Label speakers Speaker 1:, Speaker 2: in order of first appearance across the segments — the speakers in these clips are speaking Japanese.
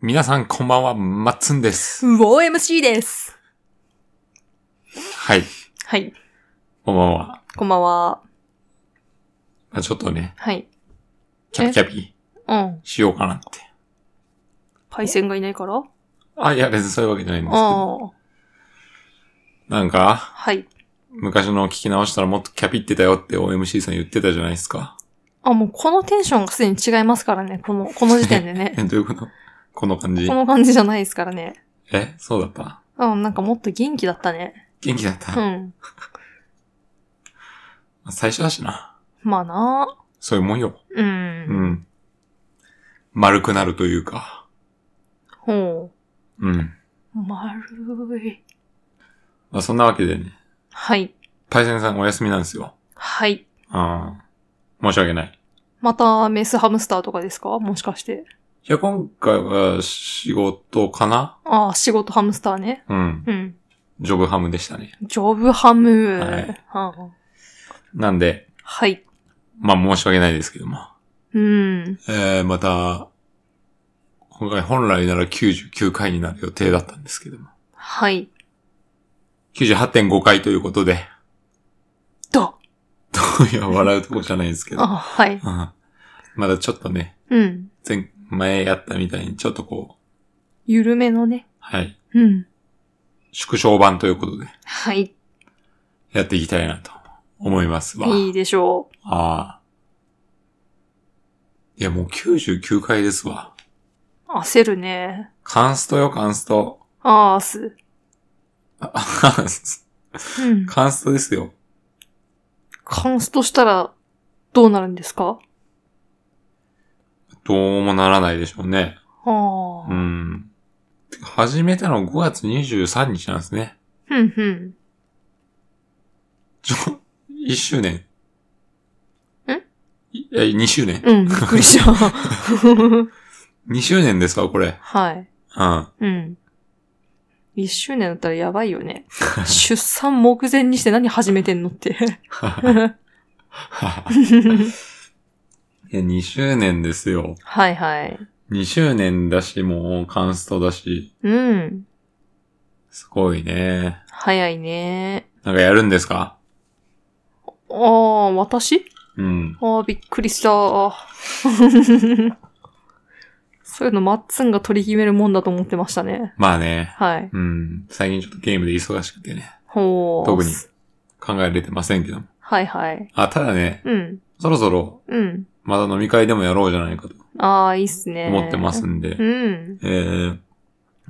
Speaker 1: 皆さんこんばんは、まっつんです。
Speaker 2: OMC です。
Speaker 1: はい、
Speaker 2: はい。
Speaker 1: こんばんは。
Speaker 2: こんばんは。
Speaker 1: まあ、ちょっとね、
Speaker 2: はい。
Speaker 1: キャピキャピ
Speaker 2: うん。
Speaker 1: しようかなって。
Speaker 2: パイセンがいないからあ
Speaker 1: あ、いや別にそういうわけじゃないんですけど。
Speaker 2: あ。
Speaker 1: なんか、
Speaker 2: はい。
Speaker 1: 昔の聞き直したらもっとキャピってたよって OMC さん言ってたじゃないですか。
Speaker 2: あ、もうこのテンションがすでに違いますからね。この、この時点でね。
Speaker 1: え、どういうことこの感じ
Speaker 2: こ。の感じじゃないですからね。
Speaker 1: え、そうだった
Speaker 2: うん、なんかもっと元気だったね。
Speaker 1: 元気だった、
Speaker 2: う
Speaker 1: ま
Speaker 2: ん。
Speaker 1: あ最初だしな。
Speaker 2: まあな。
Speaker 1: そういうもんよ。
Speaker 2: う。
Speaker 1: うんん。丸くなるというか。
Speaker 2: ほ
Speaker 1: うん。
Speaker 2: う。丸い。
Speaker 1: まあそんなわけでね、
Speaker 2: はい。
Speaker 1: パイセンさんお休みなんですよ。
Speaker 2: はい。
Speaker 1: ああ。申し訳ない。
Speaker 2: また、メスハムスターとかですかもしかして。
Speaker 1: いや、今回は仕事かな
Speaker 2: ああ、仕事ハムスターね。
Speaker 1: うん。
Speaker 2: うん。
Speaker 1: ジョブハムでしたね。
Speaker 2: ジョブハム。
Speaker 1: はい
Speaker 2: うん
Speaker 1: なんで、
Speaker 2: はい。
Speaker 1: まあ申し訳ないですけども。
Speaker 2: うん。
Speaker 1: えー、また、今回本来なら99回になる予定だったんですけども。
Speaker 2: はい。
Speaker 1: 98.5回ということで、
Speaker 2: だ。
Speaker 1: どういや、笑うとこじゃないですけど。
Speaker 2: あ、はい。
Speaker 1: うんまだちょっとね、
Speaker 2: うん。
Speaker 1: 前、前やったみたいにちょっとこう、
Speaker 2: 緩めのね。
Speaker 1: はい、
Speaker 2: うん。
Speaker 1: 縮小版ということで、
Speaker 2: はい。
Speaker 1: やっていきたいなと思いますわ。
Speaker 2: いいでしょう。
Speaker 1: ああ。いや、もう99回ですわ。
Speaker 2: 焦るね。
Speaker 1: カンストよ、カンスト。
Speaker 2: あーす。
Speaker 1: あ
Speaker 2: うん。
Speaker 1: カンストですよ。
Speaker 2: カンストしたら、どうなるんですか
Speaker 1: どうもならないでしょうね。
Speaker 2: ああ。
Speaker 1: う。ん。始めたの5月23日なんですね。
Speaker 2: ふんふん。
Speaker 1: ちょ、1周年。
Speaker 2: ん
Speaker 1: いえ、2周年。
Speaker 2: うん、びっくりした。
Speaker 1: 2周年ですか、これ。
Speaker 2: はい。
Speaker 1: うん。
Speaker 2: うん。一周年だったらやばいよ ね。出産目前にして何始めてんのって。
Speaker 1: いや、2周年ですよ。
Speaker 2: はいはい。
Speaker 1: 2周年だし、もう、カンストだし、
Speaker 2: うん。
Speaker 1: すごいね。
Speaker 2: 早いね。
Speaker 1: なんかやるんですか
Speaker 2: ああ、私
Speaker 1: うん。
Speaker 2: ああ、びっくりした。 そういうの、マッツンが取り決めるもんだと思ってましたね。
Speaker 1: まあね。
Speaker 2: はい。
Speaker 1: うん。最近ちょっとゲームで忙しくてね。
Speaker 2: ほう。
Speaker 1: 特に考えれてませんけども。
Speaker 2: はいはい。
Speaker 1: あ、ただね、
Speaker 2: うん。
Speaker 1: そろそろ、
Speaker 2: うん。
Speaker 1: まだ飲み会でもやろうじゃないかと
Speaker 2: ああ、いいっすね。
Speaker 1: 思ってます。んで。
Speaker 2: うん。
Speaker 1: えー、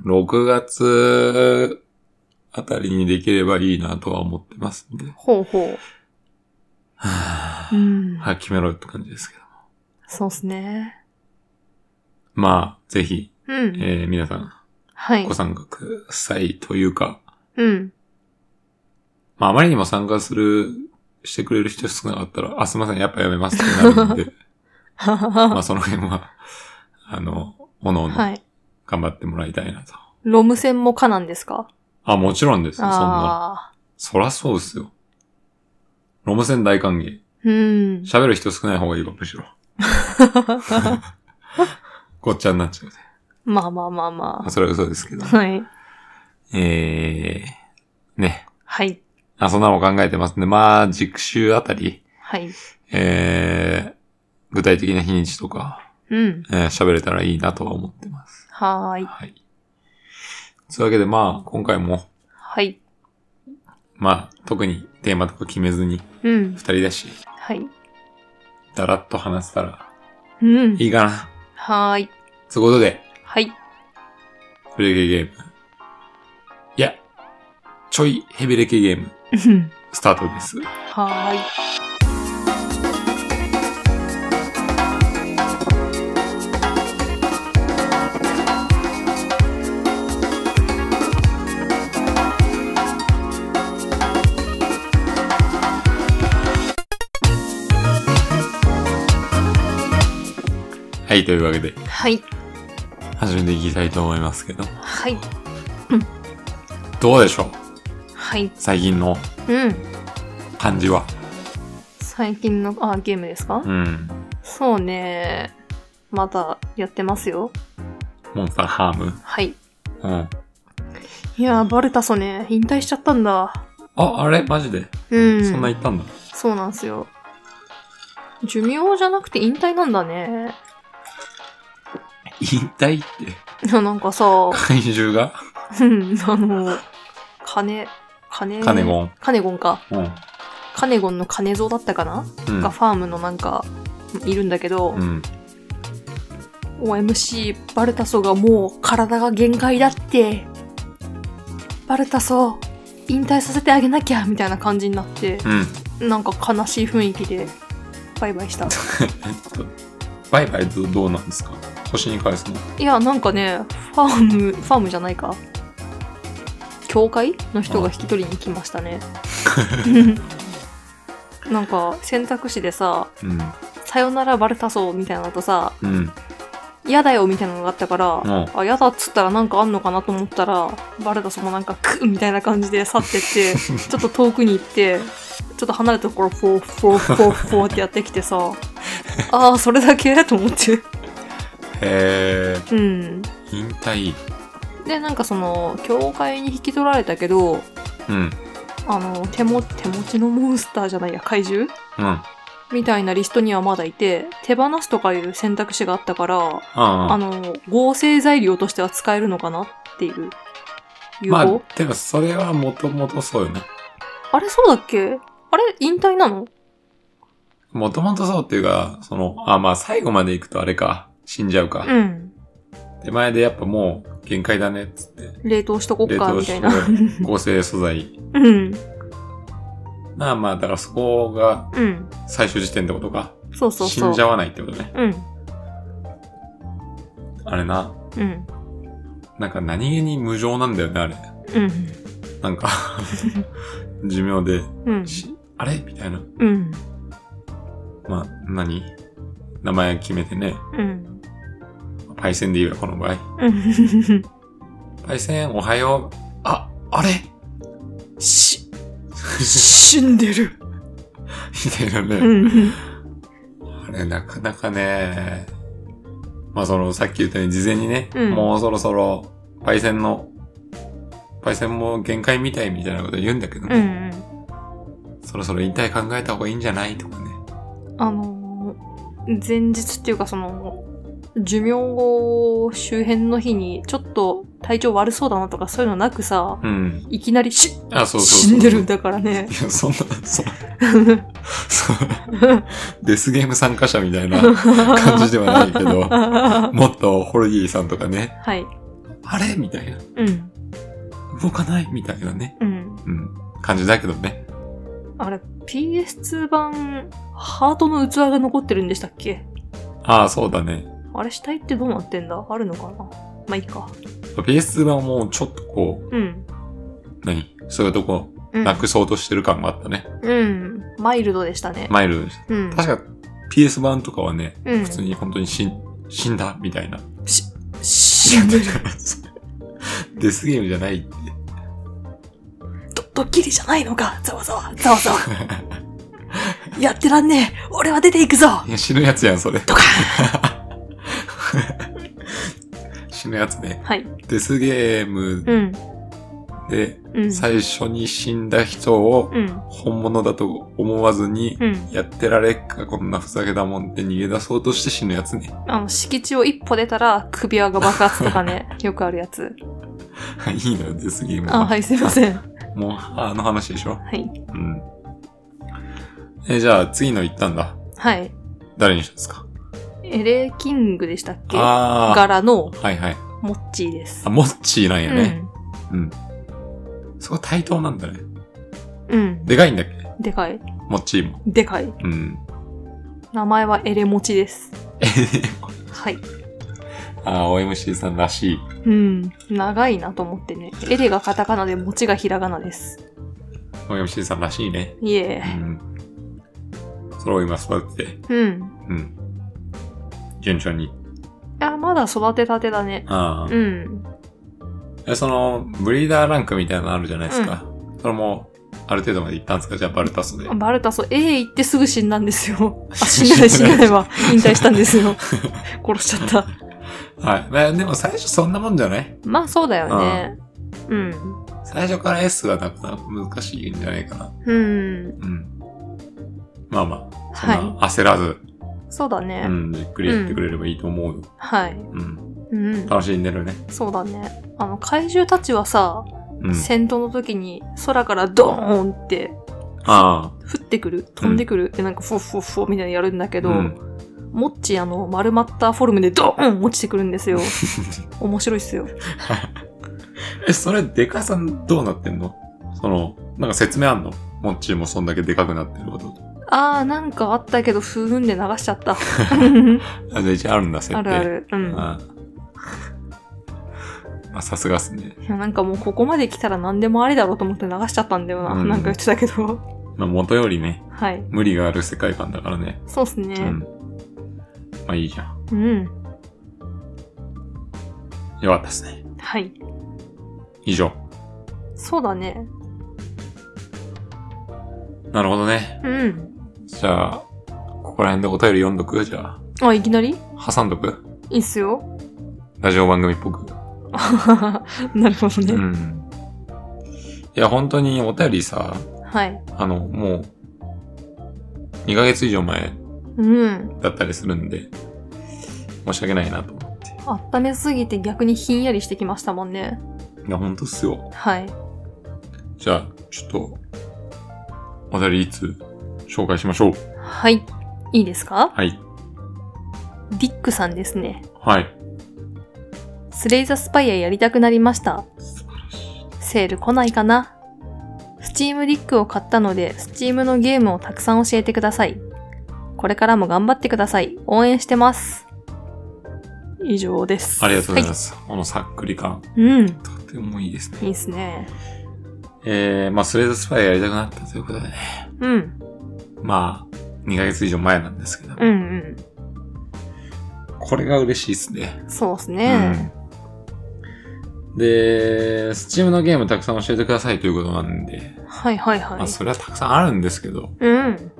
Speaker 1: 6月あたりにできればいいなとは思ってますんで。は
Speaker 2: ほうほ
Speaker 1: あ
Speaker 2: う。うん。
Speaker 1: はい、決めろよって感じですけど。
Speaker 2: そうっすね。
Speaker 1: まあ、ぜひ、
Speaker 2: うん。
Speaker 1: えー、皆さん、
Speaker 2: はい
Speaker 1: ご。参加くださいというか、
Speaker 2: うん。
Speaker 1: まあ、あまりにも参加する、してくれる人少なかったら、あ、すいません、やっぱやめますってなるん で、まあ、
Speaker 2: は
Speaker 1: その辺は、あの、おのおの、
Speaker 2: い。
Speaker 1: 頑張ってもらいたいなと。
Speaker 2: ロム線もかなんですか
Speaker 1: あ、もちろんですよ、そんな。
Speaker 2: ああ。
Speaker 1: そらそうですよ。ロム線大歓迎。
Speaker 2: うん。
Speaker 1: 喋る人少ない方がいいわ、むしろ。ごっちゃになっちゃうね。
Speaker 2: まあまあまあ
Speaker 1: ま
Speaker 2: ま
Speaker 1: あそれは嘘ですけど
Speaker 2: あ。。はい。
Speaker 1: えー、ね。
Speaker 2: はい。
Speaker 1: あ、そんなの考えてますね。まあ、次週あたり、
Speaker 2: はい。
Speaker 1: えー、具体的な日にちとか、
Speaker 2: うん。
Speaker 1: えー喋れたらいいなとは思ってます。
Speaker 2: はーい。
Speaker 1: はい。そういうわけで、まあ、今回も、
Speaker 2: はい。
Speaker 1: まあ、特にテーマとか決めずに、
Speaker 2: うん
Speaker 1: 二。人だし、
Speaker 2: はい。
Speaker 1: だらっと話せたら
Speaker 2: うん。
Speaker 1: いいかな。
Speaker 2: はーい。
Speaker 1: ということで、
Speaker 2: はい。
Speaker 1: ヘビレケゲーム。いや、ちょいヘビレケゲーム、
Speaker 2: うん
Speaker 1: スタートです。
Speaker 2: はーい。
Speaker 1: はい、というわけで、
Speaker 2: はい。
Speaker 1: 始めていきたいと思いますけど。
Speaker 2: はい。
Speaker 1: どうでしょう
Speaker 2: はい。
Speaker 1: 最近の
Speaker 2: うん。
Speaker 1: 感じは。
Speaker 2: 最近の、あ、ゲームですか
Speaker 1: うん。
Speaker 2: そうね。まだやってますよ。
Speaker 1: うモンスターハーム。
Speaker 2: はい。
Speaker 1: うん。
Speaker 2: いやー、バルタソね、引退しちゃったんだ。
Speaker 1: あ、あれマジで、
Speaker 2: うん。
Speaker 1: そんな言ったんだ。
Speaker 2: そうなんですよ。寿命じゃなくて引退なんだね。
Speaker 1: 引退って、
Speaker 2: いや、なんかさ、
Speaker 1: 怪獣が
Speaker 2: うん、あの、金、金、
Speaker 1: カネゴン。
Speaker 2: カネゴンか。
Speaker 1: うん。
Speaker 2: カネゴンの金蔵だったかな、
Speaker 1: うん
Speaker 2: がファームのなんか、いるんだけど、
Speaker 1: うん。
Speaker 2: OMC バルタソがもう体が限界だってバルタソ引退させてあげなきゃみたいな感じになって
Speaker 1: うん。
Speaker 2: なんか悲しい雰囲気でバイバイ した
Speaker 1: えっと、バイバイどどうなんですか星に返すの
Speaker 2: いやなんかねファームファームじゃないか教会の人が引き取りに来まし たねなんか選択肢でさ
Speaker 1: うん。
Speaker 2: 「さよならバルタソ」みたいなのとさ
Speaker 1: うん。
Speaker 2: 嫌だよみたいなのがあったから、
Speaker 1: うん
Speaker 2: あ嫌だっつったらなんかあんのかなと思ったらバルタスもなんかクッみたいな感じで去ってって ちょっと遠くに行ってちょっと離れたところフォーフォーフォーフォーってやってきて さああそれだけと思って
Speaker 1: へえ。
Speaker 2: うん
Speaker 1: 引退。
Speaker 2: でなんかその教会に引き取られたけど
Speaker 1: うん。
Speaker 2: あの手も手持ちのモンスターじゃないや怪獣
Speaker 1: うん。あ
Speaker 2: みたいなリストにはまだいて手放すとかいう選択肢があったからあ
Speaker 1: あ。
Speaker 2: の、合成材料としては使えるのかなっていう。有
Speaker 1: まあ
Speaker 2: 効、、
Speaker 1: でもそれはもともとそうよね。
Speaker 2: あれそうだっけあれ引退なの
Speaker 1: もともとそうっていうか、その、あ、まあ最後まで行くとあれか。死んじゃうか。
Speaker 2: うん。
Speaker 1: 手前でやっぱもう限界だねっつって。
Speaker 2: 冷凍しとこっ
Speaker 1: 冷
Speaker 2: か、
Speaker 1: 凍
Speaker 2: み
Speaker 1: した
Speaker 2: い
Speaker 1: て
Speaker 2: な。
Speaker 1: 合成素材。
Speaker 2: うん。
Speaker 1: まあまあ、だからそこが
Speaker 2: うん。
Speaker 1: 最終時点ってことか。
Speaker 2: そうそうそう。
Speaker 1: 死んじゃわないってことね。
Speaker 2: うん。
Speaker 1: あれな。
Speaker 2: うん。
Speaker 1: なんか何気に無情なんだよね、あれ。
Speaker 2: うん。
Speaker 1: なん か、寿命で、
Speaker 2: うん。
Speaker 1: しあれみたいな。
Speaker 2: うん。
Speaker 1: まあ、何名前決めてね。
Speaker 2: うん。
Speaker 1: パイセンで言うよ、この場合。
Speaker 2: うん。
Speaker 1: パイセン、おはよう。あ、あれ
Speaker 2: し、死んでる。
Speaker 1: みたいな
Speaker 2: う
Speaker 1: ね。
Speaker 2: ん。
Speaker 1: あれ、なかなかね、まあその、さっき言ったように事前にね、
Speaker 2: うん
Speaker 1: もうそろそろ、パイセンの、パイセンも限界みたいみたいなこと言うんだけど
Speaker 2: う
Speaker 1: ね、
Speaker 2: ん。
Speaker 1: そろそろ引退考えた方がいいんじゃないとかね。
Speaker 2: あのー前日っていうかその、寿命後周辺の日にちょっと体調悪そうだなとかそういうのなくさ、
Speaker 1: うん。
Speaker 2: いきなりし
Speaker 1: あ、そうそうそう
Speaker 2: 死んでるんだからね
Speaker 1: い。や、そんな、そ、そ、デスゲーム参加者みたいな感じではないけど、
Speaker 2: は
Speaker 1: もっとホルギーさんとかね、
Speaker 2: い。
Speaker 1: あれみたいな。
Speaker 2: うん。
Speaker 1: 動かないみたいなね。
Speaker 2: うん。
Speaker 1: うん。感じだけどね。
Speaker 2: あれ、PS2 版、ハートの器が残ってるんでしたっけ
Speaker 1: ああ、そうだね。
Speaker 2: あれ、死体ってどうなってんだあるのかなまあ、いいか。
Speaker 1: PS はもうちょっとこう、
Speaker 2: うん。
Speaker 1: 何そういうとこ、
Speaker 2: うん。
Speaker 1: なくそうとしてる感があったね。
Speaker 2: うん。マイルドでしたね。
Speaker 1: マイルドでした。
Speaker 2: うん。
Speaker 1: 確か PS 版とかはね、
Speaker 2: うん
Speaker 1: 普通に本当に死ん死んだみたいな。
Speaker 2: 死んでる。
Speaker 1: デスゲームじゃないって。
Speaker 2: ドドッキリじゃないのかざわざわ、ざ わざわ。やってらんねえ俺は出ていくぞ
Speaker 1: いや、死ぬやつやん、それ。
Speaker 2: とか
Speaker 1: 死ぬやつね。
Speaker 2: はい。
Speaker 1: デスゲーム
Speaker 2: うん。
Speaker 1: で
Speaker 2: うん。
Speaker 1: 最初に死んだ人を
Speaker 2: うん。
Speaker 1: 本物だと思わずに、
Speaker 2: うん。
Speaker 1: やってられっか、こんなふざけたもんって逃げ出そうとして死ぬやつね。
Speaker 2: あの、敷地を一歩出たら首輪が爆発と かね、よくあるやつ。
Speaker 1: いいのよ、デスゲームは。
Speaker 2: あ、はい、すいません。は
Speaker 1: もう、あの話でしょ
Speaker 2: い。
Speaker 1: うん。え、じゃあ次の行ったんだ。
Speaker 2: はい。
Speaker 1: 誰にしたんですか
Speaker 2: エレキングでしたっけ
Speaker 1: あー。
Speaker 2: 柄の
Speaker 1: はいはい。
Speaker 2: モッチーです
Speaker 1: あ、。モッチーなん
Speaker 2: う
Speaker 1: やね。
Speaker 2: ん。
Speaker 1: うん。そこ対等なんだね。
Speaker 2: うん。
Speaker 1: でかいんだっけ
Speaker 2: でかい。
Speaker 1: モッチーも。
Speaker 2: でかい。
Speaker 1: うん。
Speaker 2: 名前はエレモチです。
Speaker 1: え
Speaker 2: はい。
Speaker 1: あー、OMC さんらしい。
Speaker 2: うん。長いなと思ってね。エレがカタカナで、モチがひらがなです。
Speaker 1: OMC さんらしいね。
Speaker 2: い
Speaker 1: う
Speaker 2: え。
Speaker 1: ん。それを今育てて。
Speaker 2: うん。
Speaker 1: うん。順調に。
Speaker 2: いや、まだ育てたてだね。
Speaker 1: ああ。
Speaker 2: うん。
Speaker 1: え、その、ブリーダーランクみたいなのあるじゃないですか。それも、ある程度まで行ったんですかじゃあ、バルタスで。
Speaker 2: バルタソ、A 行って すぐ死んだんですよ。あ、死んだね、死んだねは、引退したんですよ。殺しちゃった。
Speaker 1: はい。まあでも最初そんなもんじゃない
Speaker 2: まあそうだよね。うん。
Speaker 1: 最初から S はなかなか難しいんじゃないかな。
Speaker 2: うん。
Speaker 1: うん。まあまあ、そん
Speaker 2: はい。
Speaker 1: な焦らず、
Speaker 2: そうだね。
Speaker 1: うん、じっくりやってくれればいいと思うよ。
Speaker 2: はい。
Speaker 1: うん。
Speaker 2: うん。
Speaker 1: 楽しんでるね。
Speaker 2: そうだね。あの、怪獣たちはさ、
Speaker 1: うん。
Speaker 2: 戦闘の時に空からドーンって
Speaker 1: ああ。
Speaker 2: 降ってくる、飛んでくるってなんかフォッフォッフォッみたいなのやるんだけ
Speaker 1: け
Speaker 2: ど、もっちあの丸まったフォルムでドーン落ちてくるんで すよ。面白いっすよ。
Speaker 1: え、それ、でかさんどうなってんのその、なんか説明あんのモッチーもそんだけでかくなってること。
Speaker 2: あー、なんかあったけど、ふーんで流しち ゃった。
Speaker 1: あ、じゃあ一応あるんだ、設定。
Speaker 2: あるある。う。
Speaker 1: うんん。まあ、さすがっすね。
Speaker 2: いや、なんかもうここまで来たら何でもありだろうと思って流しちゃったんだよな。
Speaker 1: うん
Speaker 2: なんか言ってたけど。
Speaker 1: まあ、元よりね、
Speaker 2: はい。
Speaker 1: 無理がある世界観だからね。
Speaker 2: そうっすね
Speaker 1: う。ん。まあ、いいじゃん。
Speaker 2: うん。
Speaker 1: よかったっすね。
Speaker 2: はい。
Speaker 1: 以上。
Speaker 2: そうだね。
Speaker 1: なるほどね。
Speaker 2: うん。
Speaker 1: じゃあ、ここら辺でお便り読んどくじゃ
Speaker 2: あ、いきなり
Speaker 1: あ、挟んどく
Speaker 2: いいっすよ。
Speaker 1: ラジオ番組っぽく。
Speaker 2: なるほどね。
Speaker 1: うん。いや、本当にお便りさ、
Speaker 2: はい。
Speaker 1: あの、もう、2ヶ月以上前
Speaker 2: うん。
Speaker 1: だったりするんで、申し訳ないなと思って。
Speaker 2: 温めすぎて逆にひんやりしてきましたもんね。
Speaker 1: いや、ほんとっすよ。
Speaker 2: はい。
Speaker 1: じゃあ、ちょっと、お便りいつ紹介しましょう。
Speaker 2: はい。いいですか
Speaker 1: はい。
Speaker 2: ディックさんですね。
Speaker 1: はい。
Speaker 2: スレイザースパイアやりたくなりました。セール来ないかなスチームディックを買ったので、スチームのゲームをたくさん教えてください。これからも頑張ってください。応援してます。以上です。。
Speaker 1: ありがとうございますす。このさっくり感、
Speaker 2: うん。
Speaker 1: とてもいいですね。
Speaker 2: いいっすね。
Speaker 1: えー、まあ、スレイズスパイやりたくなったということでね。
Speaker 2: うん。
Speaker 1: まあ、2ヶ月以上前なんですけど、
Speaker 2: うんうん。
Speaker 1: これが嬉しいですね。
Speaker 2: そうっすね。
Speaker 1: うん。で、スチームのゲームたくさん教えてくださいということなんで、
Speaker 2: はいはいは
Speaker 1: まあ、
Speaker 2: い。
Speaker 1: それはたくさんあるんですけど、
Speaker 2: うん。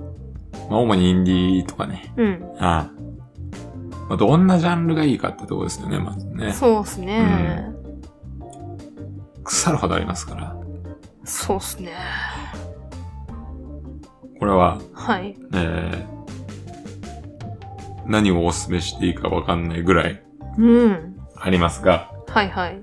Speaker 1: まあ、主にインディーとかね。
Speaker 2: うん。
Speaker 1: ああまあ、どんなジャンルがいいかってとこですよね、まずね。
Speaker 2: そうっすね。
Speaker 1: 腐るほどありますから。
Speaker 2: そうっすね。
Speaker 1: これは、
Speaker 2: はい。
Speaker 1: えー、何をお勧めしていいかわかんないぐらい
Speaker 2: うん。
Speaker 1: ありますが、
Speaker 2: はいはい。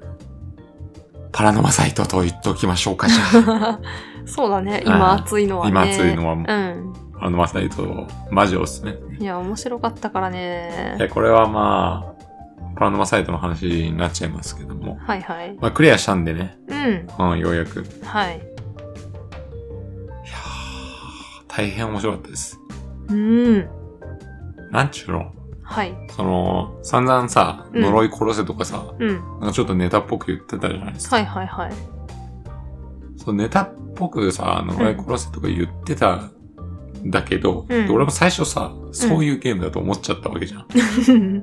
Speaker 1: パラノマサイトと言っておきましょうか、じゃ
Speaker 2: そうだね。
Speaker 1: うん
Speaker 2: 今暑いのは
Speaker 1: あ。
Speaker 2: ね。
Speaker 1: 今熱いのは、
Speaker 2: うん。
Speaker 1: パラノマサイト、マジおすすめ。
Speaker 2: いや、面白かったからね。
Speaker 1: えこれはまあ、パラノマサイトの話になっちゃいますけども。
Speaker 2: はいはい。
Speaker 1: まあ、クリアしたんでね、
Speaker 2: うん。
Speaker 1: うん、ようやく。
Speaker 2: はい。
Speaker 1: 大変面白かったです。
Speaker 2: うん。
Speaker 1: なんちゅうの
Speaker 2: はい。
Speaker 1: その、散々さ、
Speaker 2: うん
Speaker 1: 呪い殺せとかさ、
Speaker 2: うん。
Speaker 1: なんかちょっとネタっぽく言ってたじゃないですか。
Speaker 2: はいはい はい。
Speaker 1: そのネタっぽくさ、呪い殺せとか言ってたんだけど、
Speaker 2: うん
Speaker 1: で俺も最初さ、そういうゲームだと思っちゃったわけじゃん。うん。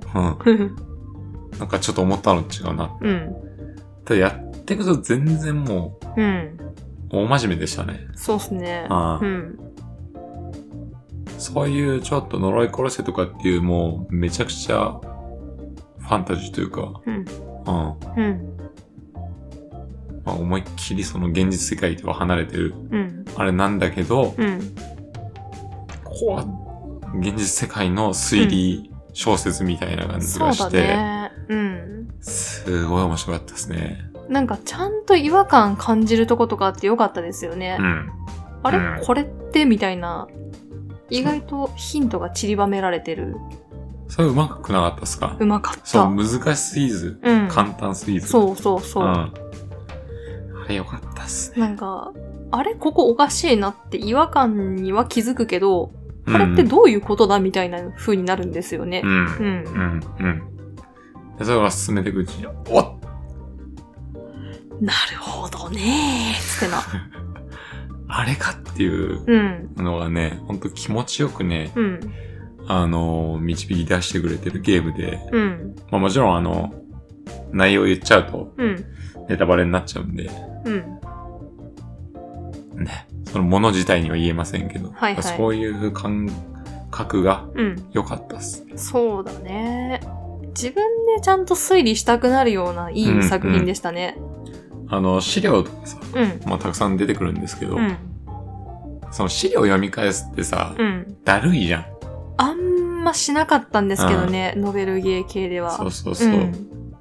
Speaker 1: なんかちょっと思ったの違うな。
Speaker 2: うん。
Speaker 1: ただやっていくと全然もう、
Speaker 2: うん。
Speaker 1: 大真面目でしたね。
Speaker 2: そうっすね。
Speaker 1: ああ
Speaker 2: うん。
Speaker 1: そういうちょっと呪い殺せとかっていうもう、めちゃくちゃ、ファンタジーというか、
Speaker 2: うん。
Speaker 1: うん。ま
Speaker 2: うん。
Speaker 1: あ、思いっきりその現実世界とは離れてる、
Speaker 2: うん。
Speaker 1: あれなんだけど、
Speaker 2: うん。
Speaker 1: ここは現実世界の推理小説みたいな感じ
Speaker 2: そ
Speaker 1: が
Speaker 2: う
Speaker 1: し
Speaker 2: だ
Speaker 1: て、
Speaker 2: ね。うん。
Speaker 1: すごい面白かったですね。
Speaker 2: なんか、ちゃんと違和感感じるとことかあってよかったですよね
Speaker 1: う。ん。
Speaker 2: あ
Speaker 1: うん
Speaker 2: れこれってみたいな。意外とヒントが散りばめられてる。
Speaker 1: それうまくなかったですか
Speaker 2: うまかっ
Speaker 1: そう、
Speaker 2: た。
Speaker 1: 難しすぎず、
Speaker 2: うん。
Speaker 1: 簡単すぎず。
Speaker 2: そうそうそうう。
Speaker 1: ん。あれよかったっすね。
Speaker 2: なんか、あれここおかしいなって違和感には気づくけど、これって
Speaker 1: うん
Speaker 2: どういうことだみたいな風になるんですよね
Speaker 1: う。ん。
Speaker 2: うん。
Speaker 1: うん。うん。でそれは進めていくうちに、おっ
Speaker 2: なるほどねーつってな。
Speaker 1: あれかっていう
Speaker 2: うん。
Speaker 1: のがね、ほんと気持ちよくね、
Speaker 2: うん。
Speaker 1: あのー、導き出してくれてるゲームで、
Speaker 2: うん。
Speaker 1: まあもちろんあの、内容言っちゃうと
Speaker 2: うん。
Speaker 1: ネタバレになっちゃうんで、
Speaker 2: うん。
Speaker 1: ね、そのもの自体には言えませんけど、
Speaker 2: はいはい
Speaker 1: そういう感覚が
Speaker 2: うん。
Speaker 1: 良かったっす。
Speaker 2: そうだね。自分でちゃんと推理したくなるようないい作品でしたね。
Speaker 1: あの、資料とかさ、
Speaker 2: うん。
Speaker 1: まあ、たくさん出てくるんですけど、
Speaker 2: うん。
Speaker 1: その資料読み返すってさ、
Speaker 2: うん。
Speaker 1: だるいじゃん。
Speaker 2: あんましなかったんですけどね、ノベルゲー系では。
Speaker 1: そうそうそう。
Speaker 2: うん。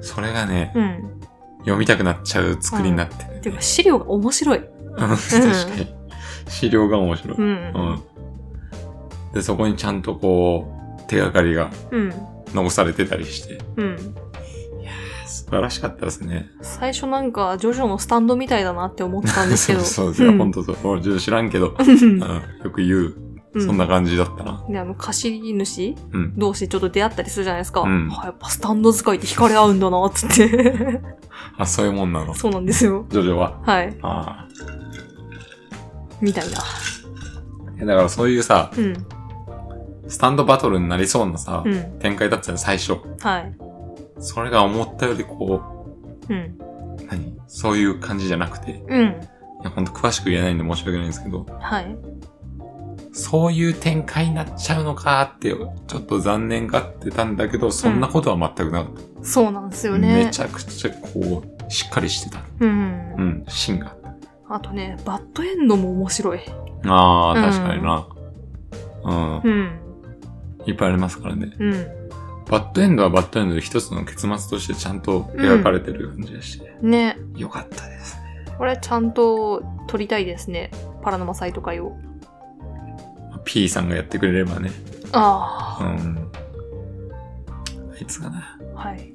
Speaker 1: それがね、
Speaker 2: うん。
Speaker 1: 読みたくなっちゃう作りになってる、ね
Speaker 2: ていうか、資料が面白い。
Speaker 1: うん確かに。資料が面白い。
Speaker 2: う
Speaker 1: うん。
Speaker 2: ん。
Speaker 1: で、そこにちゃんとこう、手がかりが
Speaker 2: うん。
Speaker 1: 残されてたりして、
Speaker 2: うん。
Speaker 1: 素晴らしかったですね。
Speaker 2: 最初なんか、ジョジョのスタンドみたいだなって思ってたんですけ
Speaker 1: そ
Speaker 2: ど。
Speaker 1: う そうそう、
Speaker 2: ん
Speaker 1: 本当そう。俺、ちょっと知らんけど、うん、よく言う。
Speaker 2: うん
Speaker 1: そんな感じだったな。
Speaker 2: で、あの、貸し主
Speaker 1: うん。
Speaker 2: 同士ちょっと出会ったりするじゃないですか。
Speaker 1: うん
Speaker 2: あやっぱスタンド使いって惹かれ合うんだな、つ って。
Speaker 1: あ、そういうもんなの。ジ
Speaker 2: そうなんですよ。
Speaker 1: ョジョは。
Speaker 2: はい。
Speaker 1: ああ。
Speaker 2: みたいな。
Speaker 1: いやだからそういうさ、
Speaker 2: うん。
Speaker 1: スタンドバトルになりそうなさ、
Speaker 2: うん。
Speaker 1: 展開だったよね、最初。
Speaker 2: はい。
Speaker 1: それが思ったよりこ
Speaker 2: うん。
Speaker 1: う、何そういう感じじゃなくて、い
Speaker 2: うん。
Speaker 1: や、ほんと詳しく言えないんで申し訳ないんですけど、
Speaker 2: はい。
Speaker 1: そういう展開になっちゃうのかって、ちょっと残念がってたんだけど、そんなことは全くなかった。
Speaker 2: そうなんですよね。
Speaker 1: めちゃくちゃこう、しっかりしてた。
Speaker 2: うん。
Speaker 1: うん、芯があっ
Speaker 2: あとね、バッドエンドも面白い。
Speaker 1: た。ああ、
Speaker 2: うん
Speaker 1: 確かにな。うん、
Speaker 2: うん。
Speaker 1: いっぱいありますからね。
Speaker 2: うん。
Speaker 1: バッドエンドはバッドエンドで一つの結末としてちゃんと描かれてる感じがして、
Speaker 2: ね。
Speaker 1: よかったですね。
Speaker 2: これちゃんと撮りたいですね。パラノマサイト会を。
Speaker 1: P さんがやってくれればね。う
Speaker 2: あ
Speaker 1: ん。あいつがな、
Speaker 2: あ。はい。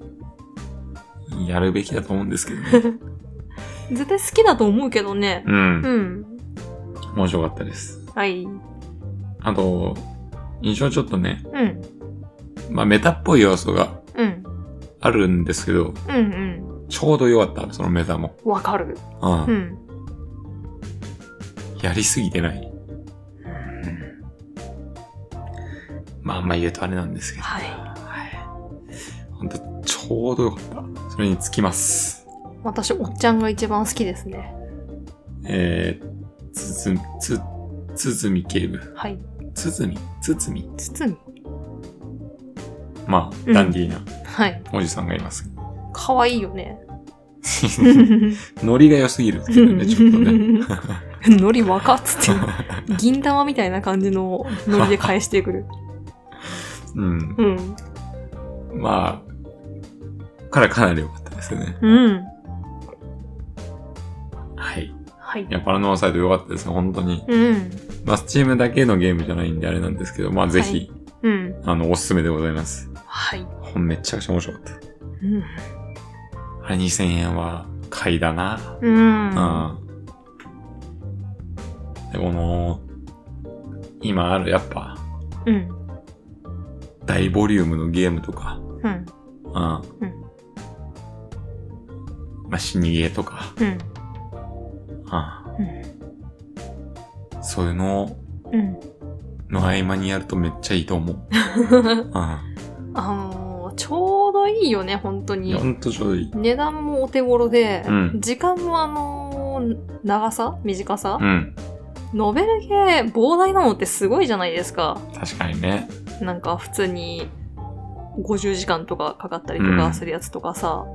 Speaker 1: やるべきだと思うんですけど ね。
Speaker 2: 絶対好きだと思うけどね。
Speaker 1: うん
Speaker 2: う。ん。
Speaker 1: 面白かったです。
Speaker 2: はい。
Speaker 1: あと、印象ちょっとね、
Speaker 2: うん。
Speaker 1: まあメタっぽい要素が
Speaker 2: うん。
Speaker 1: あるんですけど、
Speaker 2: うんうん。
Speaker 1: ちょうど良かった、そのメタも。
Speaker 2: わかる。
Speaker 1: うん。
Speaker 2: うん。
Speaker 1: やりすぎてない。まああんま言うとあれなんですけど、
Speaker 2: はい。
Speaker 1: ほんとちょうど良かった。それにつきます。
Speaker 2: 私、おっちゃんが一番好きですね。
Speaker 1: えー、つつ、つ、つつみ警部。
Speaker 2: はい。
Speaker 1: つつみつつみ
Speaker 2: 包
Speaker 1: ま
Speaker 2: う
Speaker 1: あ、
Speaker 2: ん
Speaker 1: ダンディーな
Speaker 2: み。はい。
Speaker 1: おじさんがいます。
Speaker 2: かわいいよね。
Speaker 1: ノリが良すぎるんですけどね、ちょっとね。
Speaker 2: ノリわかっつって。銀玉みたいな感じのノリで返してくる。
Speaker 1: うん。
Speaker 2: うん。
Speaker 1: まあ、からかなり良かったですね。
Speaker 2: うん。
Speaker 1: はい。い
Speaker 2: はい。
Speaker 1: や、パラノマサイド良かったですね、本当に。
Speaker 2: うん。
Speaker 1: まあ、スチームだけのゲームじゃないんであれなんですけど、まあ、ぜひ、
Speaker 2: はいうん。
Speaker 1: あの、おすすめでございます。
Speaker 2: はい。
Speaker 1: ほんめちゃくちゃ面白かった。
Speaker 2: うん。
Speaker 1: あれ2000円は買いだな。
Speaker 2: うん。
Speaker 1: うん。で、この、今ある、やっぱ、
Speaker 2: うん。
Speaker 1: 大ボリュームのゲームとか、
Speaker 2: うん。
Speaker 1: うん。まあ、死にゲーとか、
Speaker 2: うん。
Speaker 1: う
Speaker 2: うん
Speaker 1: ん。そういうのを
Speaker 2: うん。
Speaker 1: の合間にやるとめっちゃいいと思う。う
Speaker 2: あのー、ちょうどいいよね、本当
Speaker 1: ん。いや、ほ
Speaker 2: に。
Speaker 1: んとちょうどいい。
Speaker 2: 値段もお手頃で、
Speaker 1: うん
Speaker 2: 時間もあのー、長さ短さ、
Speaker 1: うん。
Speaker 2: ノベルゲー膨大なのってすごいじゃないですか。
Speaker 1: 確かにね。
Speaker 2: なんか普通に50時間とかかかったりとか
Speaker 1: うん
Speaker 2: するやつとかさ、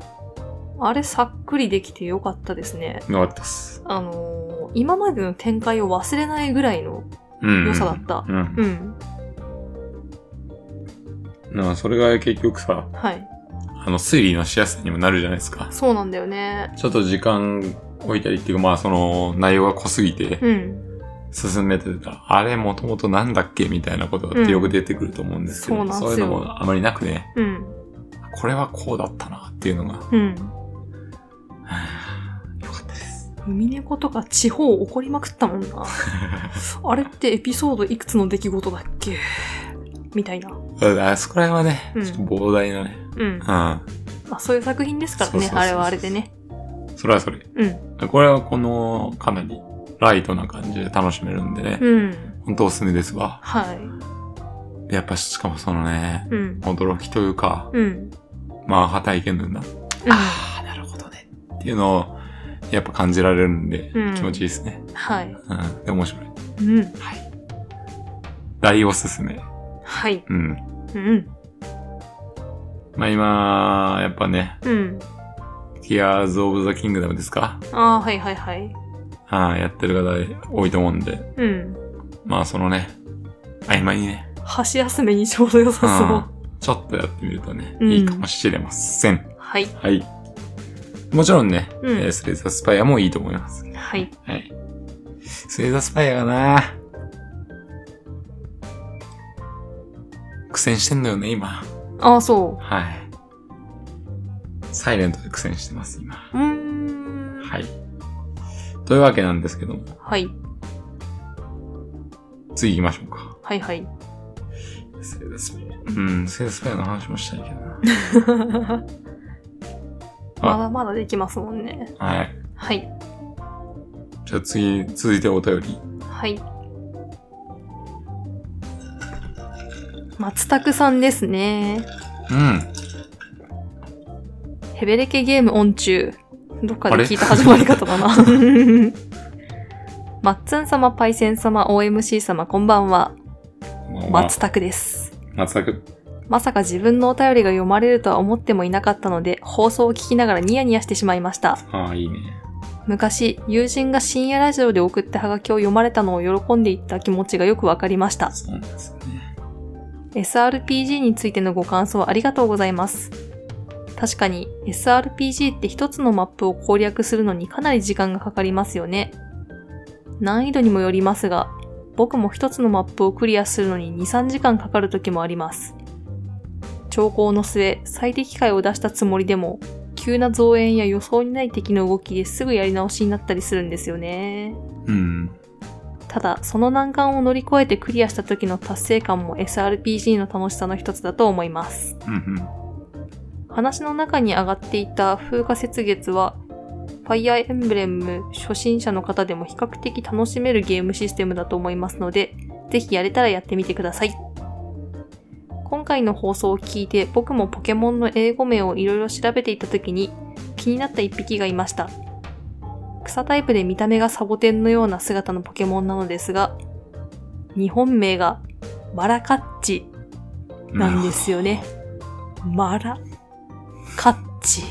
Speaker 2: あれさっくりできてよかったですね。
Speaker 1: よかったっす。
Speaker 2: あのー今までの展開を忘れないぐらいの
Speaker 1: うん、うん。
Speaker 2: 良さだった。
Speaker 1: うん
Speaker 2: う。ん。
Speaker 1: なあそれが結局さ、
Speaker 2: はい。
Speaker 1: あの、推理のしやすさにもなるじゃないですか。
Speaker 2: そうなんだよね。
Speaker 1: ちょっと時間置いたりっていうか、まあその、内容が濃すぎて
Speaker 2: うん。
Speaker 1: 進めてたら、あれもともとなんだっけみたいなことが
Speaker 2: うん
Speaker 1: よく出てくると思うんですけど、
Speaker 2: そうなんすよ
Speaker 1: そういうのもあまりなくね、
Speaker 2: うん。
Speaker 1: これはこうだったなっていう のが、は
Speaker 2: うん。
Speaker 1: あよかった です。
Speaker 2: 海猫とか地方怒りまくったもん な。あれってエピソードいくつの出来事だっけみたいな。
Speaker 1: あそこら辺はね、
Speaker 2: うん
Speaker 1: ちょっと膨大なね、
Speaker 2: うん。
Speaker 1: う
Speaker 2: まあそういう作品ですから
Speaker 1: そう
Speaker 2: ね
Speaker 1: そう。そうそう
Speaker 2: あれはあれでね。
Speaker 1: ん。それはそれ。
Speaker 2: うん。
Speaker 1: これはこの、かなりライトな感じで楽しめるんでね。
Speaker 2: うん。
Speaker 1: ほんとおすすめですわ。
Speaker 2: はい。
Speaker 1: やっぱしかもそのね、
Speaker 2: うん。
Speaker 1: 驚きというか、
Speaker 2: うん。
Speaker 1: まあ、破体験なんだ。あ、なるほどね。っていうのを、やっぱ感じられるんで、
Speaker 2: うん
Speaker 1: 気持ちいいですね。
Speaker 2: はい。
Speaker 1: うん。で、面白い。
Speaker 2: うん。
Speaker 1: はい。大おすすめ。
Speaker 2: はい。
Speaker 1: うん。
Speaker 2: うん。
Speaker 1: まあ今、やっぱね、
Speaker 2: うん。
Speaker 1: Tears of the Kingdom ですか
Speaker 2: ああ、はいはいはい。
Speaker 1: はい、やってる方多いと思うんで、
Speaker 2: うん。
Speaker 1: まあそのね、合間にね、
Speaker 2: 箸休めにちょうど良さ
Speaker 1: うんちょっとやってみるとね、
Speaker 2: うん
Speaker 1: いいかもしれません。
Speaker 2: そう。はい。
Speaker 1: はい。もちろんね、
Speaker 2: うん
Speaker 1: えースレイザースパイアもいいと思います。
Speaker 2: はい。
Speaker 1: はい。スレイザースパイアがな苦戦してんのよね、今。
Speaker 2: ああ、そ
Speaker 1: はい。サイレントで苦戦してます、今。
Speaker 2: う。うーん。
Speaker 1: はい。というわけなんですけども、
Speaker 2: はい。
Speaker 1: 次行きましょうか。
Speaker 2: はい はい。
Speaker 1: スレイザースパイア。うん、スレイザースパイアの話もしたいけどな。
Speaker 2: まだまだできますもんね。
Speaker 1: はい。
Speaker 2: はい。
Speaker 1: じゃあ次、続いてお便り。
Speaker 2: はい。松拓さんですね。
Speaker 1: うん。
Speaker 2: ヘベレケゲームオン中。どっか
Speaker 1: あれ
Speaker 2: で聞いた始まり 方だな。マッツン様、パイセン様、OMC 様、こんばんは。
Speaker 1: まあまあ
Speaker 2: 松拓です。
Speaker 1: 松田君。
Speaker 2: まさか自分のお便りが読まれるとは思ってもいなかったので、放送を聞きながらニヤニヤしてしまいました。
Speaker 1: ああ、いいね。
Speaker 2: 昔、友人が深夜ラジオで送ったハガキを読まれたのを喜んでいった気持ちがよくわかりました。
Speaker 1: そうなんですよね。
Speaker 2: SRPG についてのご感想ありがとうございます。確かに SRPG って一つのマップを攻略するのにかなり時間がかかりますよね。難易度にもよりますが、僕も一つのマップをクリアするのに2、3時間かかる時もあります。調校の末、最適解を出したつもりでも、急な増援や予想にない敵の動きですぐやり直しになったりするんですよね。
Speaker 1: うん。
Speaker 2: ただ、その難関を乗り越えてクリアした時の達成感も SRPG の楽しさの一つだと思います。
Speaker 1: うんうん。
Speaker 2: 話の中に上がっていた風化雪月は、ファイアーエンブレム初心者の方でも比較的楽しめるゲームシステムだと思いますので、ぜひやれたらやってみてください。今回の放送を聞いて僕もポケモンの英語名をいろいろ調べていた時に気になった一匹がいました。草タイプで見た目がサボテンのような姿のポケモンなのですが、日本名がマラカッチな んですよね。マラカッチ。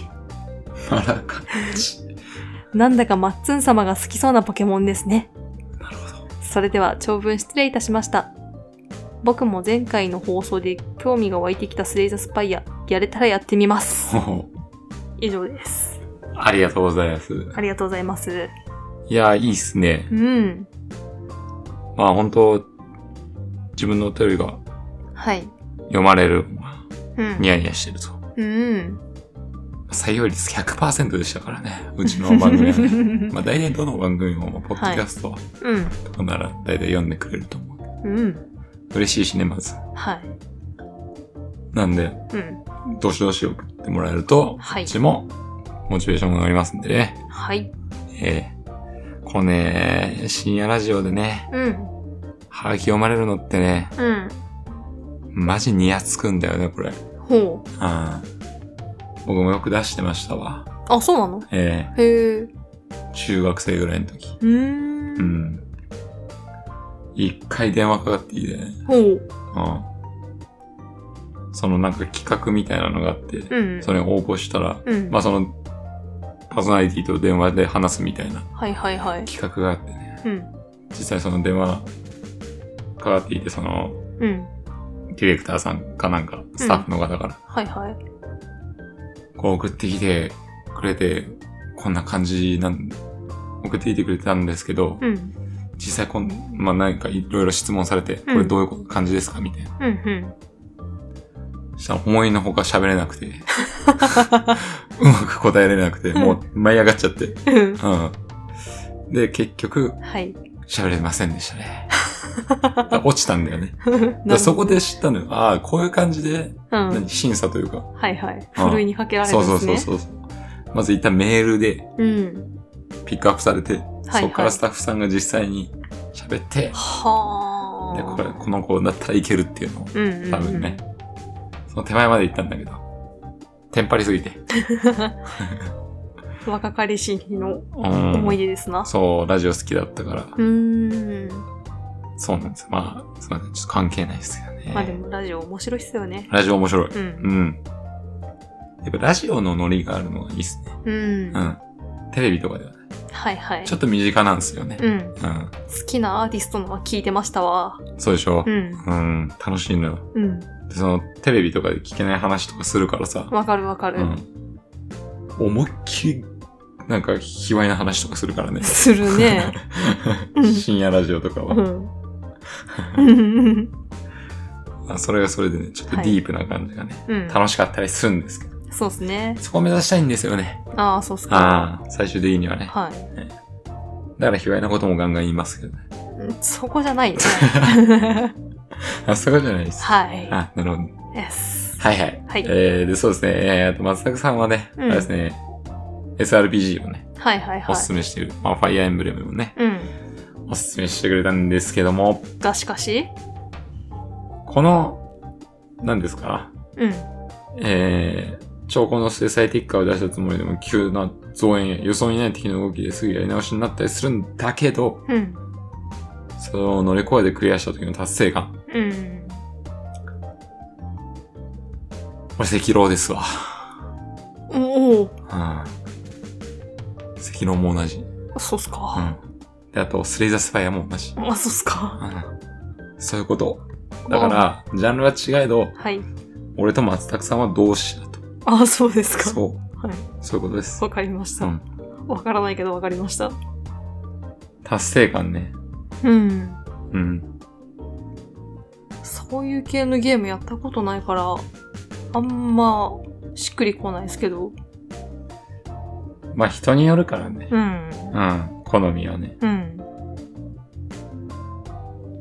Speaker 1: マラカッチ。
Speaker 2: なんだかマッツン様が好きそうなポケモンですね。
Speaker 1: なるほど。
Speaker 2: それでは長文失礼いたしました。僕も前回の放送で興味が湧いてきたスレイザースパイア、やれたらやってみます。
Speaker 1: ほほ
Speaker 2: 以上です。
Speaker 1: ありがとうございます。
Speaker 2: ありがとうございます。
Speaker 1: いやー、いいっすね
Speaker 2: う。ん。
Speaker 1: まあ本当自分のお便りが
Speaker 2: はい。
Speaker 1: 読まれる、
Speaker 2: うん。
Speaker 1: ニヤニヤしてると。
Speaker 2: うん。
Speaker 1: 採用率100%でしたからね、うちの番組 は、ね。まあ大体どの番組も、まあポッドキャスト
Speaker 2: うん。
Speaker 1: とかなら大体読んでくれると思う。
Speaker 2: うん。
Speaker 1: 嬉しいしね、まず。
Speaker 2: はい。
Speaker 1: なんで、
Speaker 2: うん。
Speaker 1: どしどし送ってもらえると、
Speaker 2: は
Speaker 1: う
Speaker 2: い。
Speaker 1: ちもモチベーションが上がりますんでね。
Speaker 2: はい。
Speaker 1: えー、このね、深夜ラジオでね、
Speaker 2: うん。
Speaker 1: ハガキ読まれるのってね、
Speaker 2: うん。
Speaker 1: マジニヤつくんだよね、これ。
Speaker 2: ほう。
Speaker 1: あ僕もよく出してましたわ。
Speaker 2: あ、そうなの
Speaker 1: え
Speaker 2: へえ。う
Speaker 1: ー、中学生ぐらいの時。
Speaker 2: ーん。
Speaker 1: うん。一回電話かかっていいでね。
Speaker 2: ほう。
Speaker 1: うん。そのなんか企画みたいなのがあって、
Speaker 2: うん。
Speaker 1: それに応募したら、
Speaker 2: うん。
Speaker 1: まあその、パーソナリティと電話で話すみたいな
Speaker 2: はいはいはい。
Speaker 1: 企画があってね。
Speaker 2: うん。
Speaker 1: 実際その電話かかっていて、その、
Speaker 2: うん。
Speaker 1: ディレクターさんかなんか、スタッフの方から、
Speaker 2: はいはい。
Speaker 1: こう送ってきてくれて、こんな感じなん、送ってきてくれたんですけど、
Speaker 2: うん。
Speaker 1: 実際こん、まあなんかいろいろ質問されて、これどういう感じですかみたいな。
Speaker 2: うんうん。
Speaker 1: したら思いのほか喋れな くて、うまく答えられなくて、もう舞い上がっちゃって。
Speaker 2: うん
Speaker 1: うん。で、結局、
Speaker 2: はい。
Speaker 1: 喋れませんでした ね。落ちたんだよね。だか
Speaker 2: な
Speaker 1: ら
Speaker 2: るほ
Speaker 1: そ
Speaker 2: ど
Speaker 1: こで知ったのよ。ああ、こういう感じで、
Speaker 2: うん。
Speaker 1: 何審査というか。
Speaker 2: はいはい。ふるいにかけられる
Speaker 1: そ
Speaker 2: ん
Speaker 1: う
Speaker 2: です
Speaker 1: そうそう
Speaker 2: ね。
Speaker 1: そう。まず一旦メールで、
Speaker 2: うん。
Speaker 1: ピックアップされて、
Speaker 2: はい
Speaker 1: そこからスタッフさんが実際に喋って、
Speaker 2: はあ。
Speaker 1: でこれこの子だったらいけるっていうのを、
Speaker 2: れ、うんうんうん、
Speaker 1: 多分ね。その手前まで行ったんだけど、テンパりすぎて。
Speaker 2: 若かりし日の
Speaker 1: うん
Speaker 2: 思い出ですな。
Speaker 1: そう、ラジオ好きだったから、
Speaker 2: うーん。
Speaker 1: そうなんですよ。まあ、すみません、ちょっと関係ないですよね。
Speaker 2: まあでもラジオ面白いっすよね。
Speaker 1: ラジオ面白い。
Speaker 2: うん。
Speaker 1: うん。やっぱラジオのノリがあるのがいいっすね。
Speaker 2: うん。
Speaker 1: う
Speaker 2: は
Speaker 1: ん。テレビとかではない。
Speaker 2: いはい
Speaker 1: ち。ょっと身近なんですよね。
Speaker 2: うん。
Speaker 1: うん。
Speaker 2: 好きなアーティストのは聞いてましたわ。
Speaker 1: そうでしょ
Speaker 2: うん。
Speaker 1: うん。楽しいのよ。
Speaker 2: うん。
Speaker 1: で、その、テレビとかで聞けない話とかするからさ。
Speaker 2: わかるわかる。
Speaker 1: うん。思いっきり、なんか、卑猥な話とかするからね。
Speaker 2: するね。うん
Speaker 1: 深夜ラジオとか
Speaker 2: う
Speaker 1: は。
Speaker 2: ん。うん。
Speaker 1: あそれがそれでね、ちょっとディープな感じがね、
Speaker 2: うん。
Speaker 1: 楽しかったりするんですけど。
Speaker 2: そうですね。
Speaker 1: そこを目指したいんですよね。
Speaker 2: ああ、そうっすか。
Speaker 1: ああ、最終的にはね。
Speaker 2: はい。
Speaker 1: だから卑猥なこともガンガン言いますけどね。
Speaker 2: うんそこじゃないよね。
Speaker 1: あ、そこじゃないです。
Speaker 2: はい。
Speaker 1: あ、なるほど。
Speaker 2: Yes。
Speaker 1: はいはい。
Speaker 2: はい
Speaker 1: えー、で、そうですね。えー、あと松坂さんはね、
Speaker 2: うん
Speaker 1: あれですね、SRPG をね、
Speaker 2: はいはいは
Speaker 1: お
Speaker 2: い
Speaker 1: す。すめしてる。まあ、ファイアーエンブレムもね、
Speaker 2: うん。
Speaker 1: おすすめしてくれたんですけども、
Speaker 2: がしかし
Speaker 1: この、何ですか
Speaker 2: うん。
Speaker 1: えー、兆候の末最適化を出したつもりでも急な増援や予想にない敵の動きですぐやり直しになったりするんだけど、
Speaker 2: うん。
Speaker 1: それを乗り越えてクリアした時の達成感。
Speaker 2: うん。
Speaker 1: これ赤狼ですわ。
Speaker 2: おお
Speaker 1: うん。赤狼も同じ。う
Speaker 2: そうっすか。
Speaker 1: ん。で、あと、スレイザースパイアも同じ。
Speaker 2: あ、そうっすか。
Speaker 1: うん。そういうこと。だから、ジャンルは違えど、
Speaker 2: はい。
Speaker 1: 俺と松拓さんは同志だと。
Speaker 2: あ、そうですか。
Speaker 1: そう。
Speaker 2: はい。
Speaker 1: そういうことです。
Speaker 2: わかりまし
Speaker 1: う
Speaker 2: た。
Speaker 1: ん。
Speaker 2: わからないけどわかりました。
Speaker 1: 達成感ね。
Speaker 2: うん。
Speaker 1: うん。
Speaker 2: そういう系のゲームやったことないから、あんましっくりこないですけど。
Speaker 1: まあ、人によるからね。
Speaker 2: うん。
Speaker 1: うん。好みはね。
Speaker 2: うん。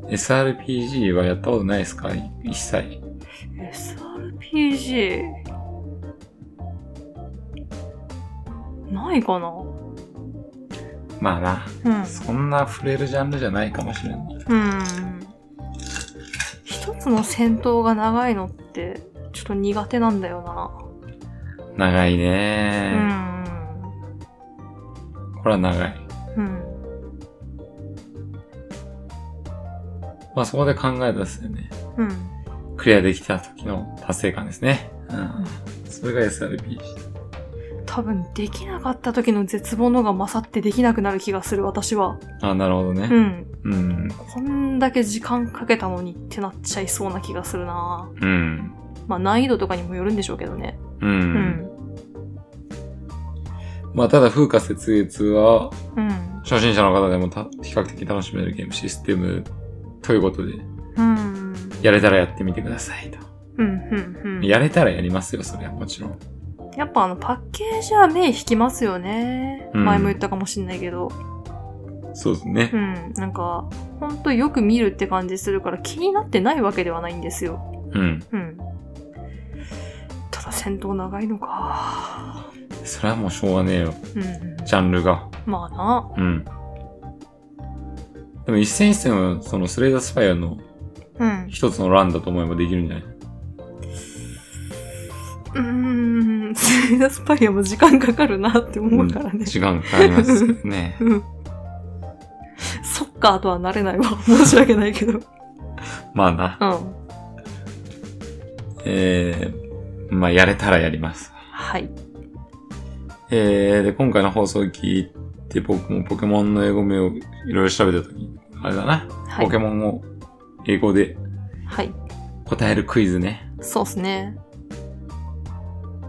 Speaker 1: SRPG はやったことないですかい一切。
Speaker 2: SRPG。ないかな
Speaker 1: まあな、
Speaker 2: うん。
Speaker 1: そんな触れるジャンルじゃないかもしれない。
Speaker 2: うん。一つの戦闘が長いのって、ちょっと苦手なんだよな。
Speaker 1: 長いうね、
Speaker 2: ん。
Speaker 1: これは長い。
Speaker 2: うん。
Speaker 1: まあそこで考えたですよね。
Speaker 2: うん。
Speaker 1: クリアできた時の達成感ですね。うん。それが SRPG。
Speaker 2: 多分、できなかった時の絶望のが勝ってできなくなる気がする、私は。
Speaker 1: あ、なるほど
Speaker 2: う
Speaker 1: ね。
Speaker 2: ん。
Speaker 1: うん。
Speaker 2: こんだけ時間かけたのにってなっちゃいそうな気がするな
Speaker 1: うん。
Speaker 2: まあ難易度とかにもよるんでしょうけどね。
Speaker 1: う。
Speaker 2: うんん。
Speaker 1: まあただ風化節月は
Speaker 2: うん。
Speaker 1: 初心者の方でもた比較的楽しめるゲームシステムということで、
Speaker 2: うん。
Speaker 1: やれたらやってみてくださいと。
Speaker 2: うん。うん。うん。
Speaker 1: やれたらやりますよ、それはもちろん。
Speaker 2: やっぱあのパッケージは目引きますよね。
Speaker 1: うん
Speaker 2: 前も言ったかもしんないけど。
Speaker 1: そうですね
Speaker 2: う。ん。なんか、ほんとよく見るって感じするから気になってないわけではないんですよ。
Speaker 1: うん。
Speaker 2: うん。ただ戦闘長いのか。
Speaker 1: それはもうしょうがねえよ。
Speaker 2: うん。
Speaker 1: ジャンルが。
Speaker 2: まあな。
Speaker 1: うん。でも一戦一戦は、そのスレイダースパイアの
Speaker 2: うん。
Speaker 1: 一つのランだと思えばできるんじゃないう
Speaker 2: ーん、 スイダスパイアも時間かかるなって思うから
Speaker 1: うん
Speaker 2: ね。。
Speaker 1: 時間かかりますけどね
Speaker 2: うん。そっかとはなれないわ。申し訳ないけど。うん。
Speaker 1: まあな。
Speaker 2: は
Speaker 1: えー、まあやれたらやります。
Speaker 2: い。
Speaker 1: えー、で、今回の放送を聞いて、僕もポケモンの英語名をいろいろ調べたとき、あれだな。
Speaker 2: はい
Speaker 1: ポケ。モンを英語で
Speaker 2: はい。
Speaker 1: 答えるクイズね。
Speaker 2: そうっすね。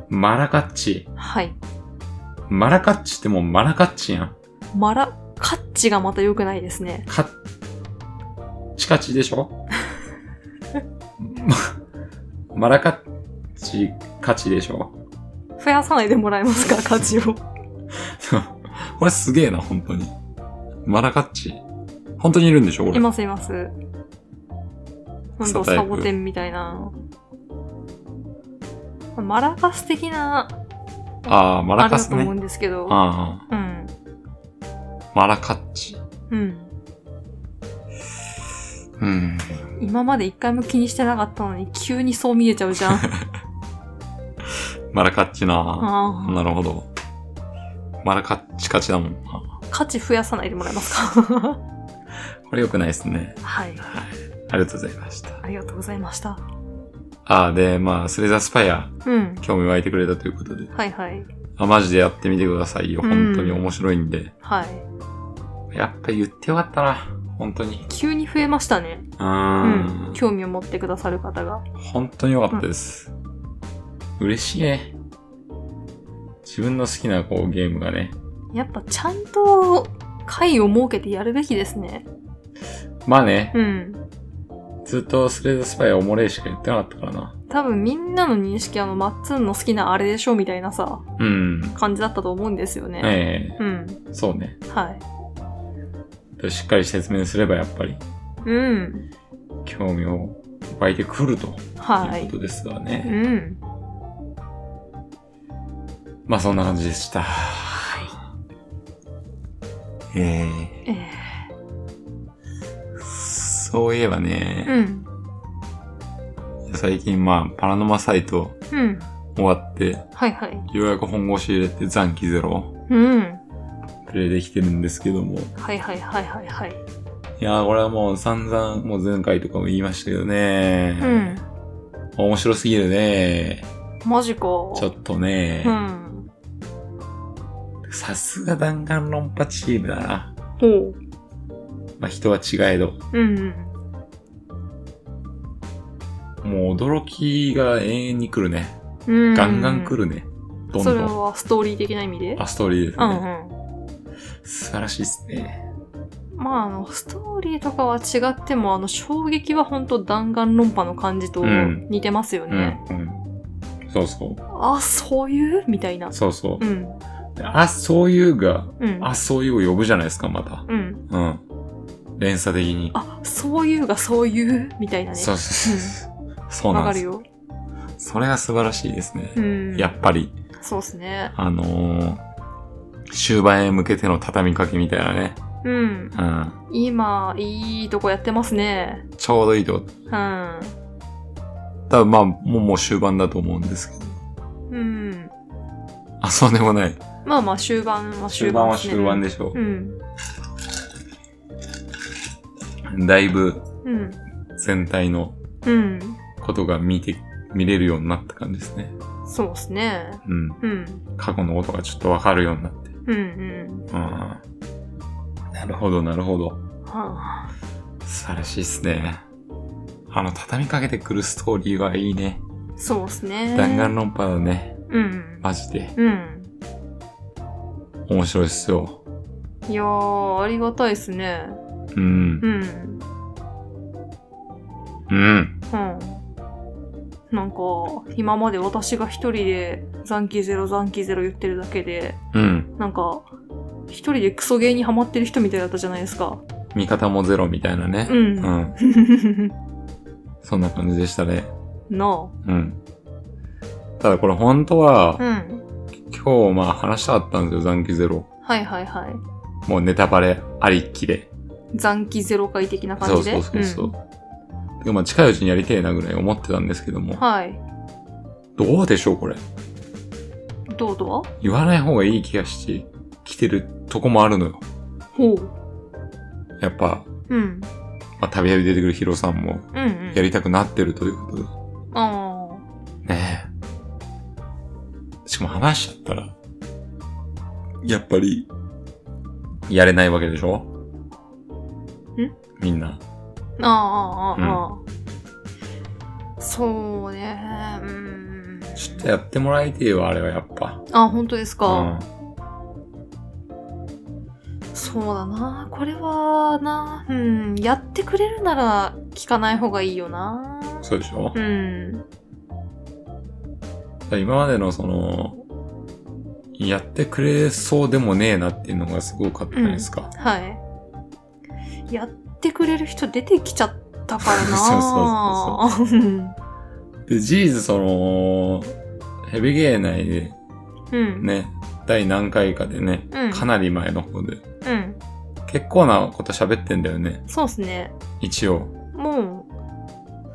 Speaker 1: マラカッチ。
Speaker 2: はい。
Speaker 1: マラカッチってもうマラカッチやん。
Speaker 2: マラ、カッチがまた良くないですね。
Speaker 1: か、チカチでしょ まマラカチ、カチでしょ
Speaker 2: 増やさないでもらえますか、カッチを。
Speaker 1: これすげえな、本当に。マラカッチ。本当にいるんでしょこ
Speaker 2: い
Speaker 1: れ。
Speaker 2: ますいます。ほ
Speaker 1: サ
Speaker 2: んと、
Speaker 1: タイプ
Speaker 2: サボテンみたいな。マラカス的な、
Speaker 1: ああ、マ
Speaker 2: あ
Speaker 1: ラ
Speaker 2: れ
Speaker 1: カ
Speaker 2: だ
Speaker 1: ス
Speaker 2: と思う
Speaker 1: ね。
Speaker 2: んですけど。
Speaker 1: ああ、
Speaker 2: うん。
Speaker 1: マラカッチ。
Speaker 2: うん。
Speaker 1: うん。
Speaker 2: 今まで一回も気にしてなかったのに急にそう見えちゃう じゃん。
Speaker 1: マラカッチな。
Speaker 2: あ
Speaker 1: なるほど。マラカッチカチだもんな。
Speaker 2: あ。価値増やさないでもらえますか
Speaker 1: これ良くないですね。
Speaker 2: はい。
Speaker 1: はい。ありがとうございました。
Speaker 2: ありがとうございました。
Speaker 1: あーで、まあ、スレザースパイア、
Speaker 2: うん。
Speaker 1: 興味湧いてくれたということで。
Speaker 2: はいはい。
Speaker 1: あ、マジでやってみてくださいよ。
Speaker 2: う
Speaker 1: 本
Speaker 2: ん
Speaker 1: 当に面白いんで。
Speaker 2: はい。
Speaker 1: やっぱ言ってよかったな。本当に。
Speaker 2: 急に増えましたね。
Speaker 1: う
Speaker 2: うんん。。興味を持ってくださる方が。
Speaker 1: 本当によかったです。嬉しいね。自分の好きなこうゲームがね。
Speaker 2: やっぱちゃんと会を設けてやるべきですね。
Speaker 1: まあね、
Speaker 2: うん。
Speaker 1: ずっとスレッドスパイはおもれいしか言ってなかったからな。
Speaker 2: 多分みんなの認識あの、マッツンの好きなあれでしょみたいなさ、
Speaker 1: うん。
Speaker 2: 感じだったと思うんですよね。
Speaker 1: ええ
Speaker 2: うん。
Speaker 1: そうね。
Speaker 2: はい。
Speaker 1: しっかり説明すればやっぱり
Speaker 2: うん。
Speaker 1: 興味を湧いてくるという
Speaker 2: は
Speaker 1: こ
Speaker 2: い。
Speaker 1: とですわ
Speaker 2: う
Speaker 1: ね。
Speaker 2: ん。
Speaker 1: まあそんな感じでした。え
Speaker 2: ええ
Speaker 1: えそういえばね、
Speaker 2: うん。
Speaker 1: 最近まあパラノマサイト
Speaker 2: うん。
Speaker 1: 終わって、
Speaker 2: はいはい。
Speaker 1: ようやく本腰入れて残機ゼロ
Speaker 2: うん。
Speaker 1: プレイできてるんですけども。
Speaker 2: はいはいはいはいはい。
Speaker 1: いやー、これはもう散々、もう前回とかも言いましたけどね。
Speaker 2: うん。
Speaker 1: 面白すぎるね。
Speaker 2: マジか。ち
Speaker 1: ちょ
Speaker 2: ょ
Speaker 1: っとね
Speaker 2: う。ん。
Speaker 1: さすが弾丸論破チームだな。
Speaker 2: ほう。
Speaker 1: まあ、人は違えど。
Speaker 2: うんうん。
Speaker 1: もう驚きが永遠に来るね。
Speaker 2: うん。
Speaker 1: ガンガン来るね。どん
Speaker 2: それ
Speaker 1: どん。
Speaker 2: はストーリー的な意味で
Speaker 1: あ、ストーリーです
Speaker 2: うん
Speaker 1: ね。
Speaker 2: う
Speaker 1: 素晴らしいですね。
Speaker 2: ん。まあ、あの、ストーリーとかは違っても、あの、衝撃は本当弾丸論破の感じと
Speaker 1: うん
Speaker 2: 似てますよ
Speaker 1: うん、
Speaker 2: ね。
Speaker 1: うん。そうそう。
Speaker 2: あ、そういうみたいな。
Speaker 1: そうそう
Speaker 2: う。ん。
Speaker 1: あ、そういうが、
Speaker 2: うん。
Speaker 1: あ、そういうを呼ぶじゃないですか、また。
Speaker 2: うん。
Speaker 1: うん。連鎖的に。
Speaker 2: あ、そういうがそういうみたいなね。
Speaker 1: そうそうそうそう。そう
Speaker 2: わ
Speaker 1: な
Speaker 2: か
Speaker 1: んで
Speaker 2: る
Speaker 1: す。
Speaker 2: よ。
Speaker 1: それが素晴らしいですね
Speaker 2: う。ん。
Speaker 1: やっぱり、
Speaker 2: そうですね。
Speaker 1: あのー、終盤へ向けての畳みかけみたいなね。
Speaker 2: うん。
Speaker 1: うん。
Speaker 2: 今、いいとこやってますね。
Speaker 1: ちょうどいいとこ。
Speaker 2: うん。
Speaker 1: 多分まあ、もう、もう終盤だと思うんですけど。
Speaker 2: うん。
Speaker 1: あ、そうでもない。
Speaker 2: まあまあ、終盤は終
Speaker 1: 終
Speaker 2: 盤
Speaker 1: 盤
Speaker 2: で
Speaker 1: は
Speaker 2: すね。
Speaker 1: 終盤でしょ
Speaker 2: うん。
Speaker 1: う。だいぶ
Speaker 2: うん。
Speaker 1: 全体の
Speaker 2: うん。
Speaker 1: ことが見て、見れるようになった感じですね。
Speaker 2: そうですね。
Speaker 1: うん。
Speaker 2: うん。
Speaker 1: 過去のことがちょっとわかるようになって。
Speaker 2: うんう
Speaker 1: う
Speaker 2: ん。
Speaker 1: ん。なるほど、なるほど。
Speaker 2: はあ、
Speaker 1: 素晴らしいですね。あの、畳みかけてくるストーリーはいいね。
Speaker 2: そうですね。
Speaker 1: 弾丸論破だね。
Speaker 2: うん。
Speaker 1: マジで。
Speaker 2: うん。
Speaker 1: 面白いっすよ。
Speaker 2: いやー、ありがたいですね。
Speaker 1: うん
Speaker 2: う。ん。
Speaker 1: うん。
Speaker 2: うん。なんか、今まで私が一人で残機ゼロ残機ゼロ言ってるだけで、
Speaker 1: うん。
Speaker 2: なんか、一人でクソゲーにハマってる人みたいだったじゃないですか。
Speaker 1: 味方もゼロみたいなね。
Speaker 2: うん
Speaker 1: う。ん。そんな感じでしたね。
Speaker 2: な
Speaker 1: うん。ただこれ本当は
Speaker 2: あ。、うん。
Speaker 1: 今日まあ話したかったんですよ、残機ゼロ。
Speaker 2: はいはいはい。
Speaker 1: もうネタバレありっきで。
Speaker 2: 残機ゼロ回的な感
Speaker 1: そう
Speaker 2: じ
Speaker 1: そ
Speaker 2: で。
Speaker 1: うそうそう。でまあ近いうちにやりてえなぐらい思ってたんですけども
Speaker 2: ん。。はい。
Speaker 1: どうでしょう、これ。
Speaker 2: どうとは
Speaker 1: 言わない方がいい気がして、来てるとこもあるのよ。
Speaker 2: ほう。
Speaker 1: やっぱ、
Speaker 2: うん。
Speaker 1: まあ、たびたび出てくるヒロさんも、
Speaker 2: うんうん。
Speaker 1: やりたくなってるということで。
Speaker 2: ああ。
Speaker 1: ねえ。しかも話しちゃったら、やっぱり、やれないわけでしょ
Speaker 2: ん
Speaker 1: みんな。
Speaker 2: ああ、ああ、ああ。そうね。うん。
Speaker 1: ちょっとやってもらいてえわ、あれはやっぱ。
Speaker 2: あ、本当です
Speaker 1: う
Speaker 2: か。
Speaker 1: ん。
Speaker 2: そうだな。これはな。うん。やってくれるなら聞かない方がいいよな。
Speaker 1: そうでしょ
Speaker 2: う、ん。
Speaker 1: 今までのその、やってくれそうでもねえなっていうのがすごかったじゃないですか。
Speaker 2: はい。やってくれる人出てきちゃったからな。
Speaker 1: そう
Speaker 2: そうそうそう。
Speaker 1: で、事実その、ヘビゲー内で
Speaker 2: うん。
Speaker 1: ね、第何回かでね、
Speaker 2: うん。
Speaker 1: かなり前の方で、
Speaker 2: うん。
Speaker 1: 結構なこと喋ってんだよね、
Speaker 2: そうっすね。
Speaker 1: 一応。
Speaker 2: もう、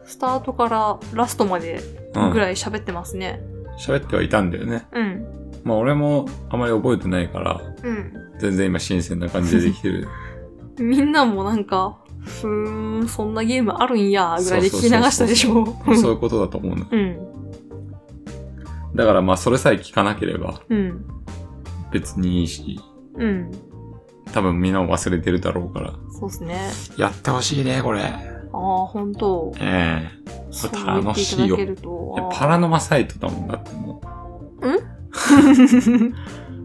Speaker 2: スタートからラストまで
Speaker 1: うん
Speaker 2: ぐ。らい喋ってますね。
Speaker 1: 喋ってはいたんだよね。
Speaker 2: うん。
Speaker 1: まあ俺もあまり覚えてないから、
Speaker 2: うん。
Speaker 1: 全然今新鮮な感じでできてる。
Speaker 2: みんなもなんか、ふーん、そんなゲームあるんや、ぐらいで聞き流したでしょ。
Speaker 1: そういうことだと思うの。
Speaker 2: うん。
Speaker 1: だからまあそれさえ聞かなければ
Speaker 2: うん。
Speaker 1: 別にいいし、
Speaker 2: うん。
Speaker 1: 多分みんなも忘れてるだろうから。
Speaker 2: そうですね。
Speaker 1: やってほしいね、これ。
Speaker 2: ああ、ほんと。
Speaker 1: え
Speaker 2: そう
Speaker 1: これ
Speaker 2: 言っていただける
Speaker 1: え
Speaker 2: と。
Speaker 1: パラノマサイトだもんだっても
Speaker 2: あ
Speaker 1: う、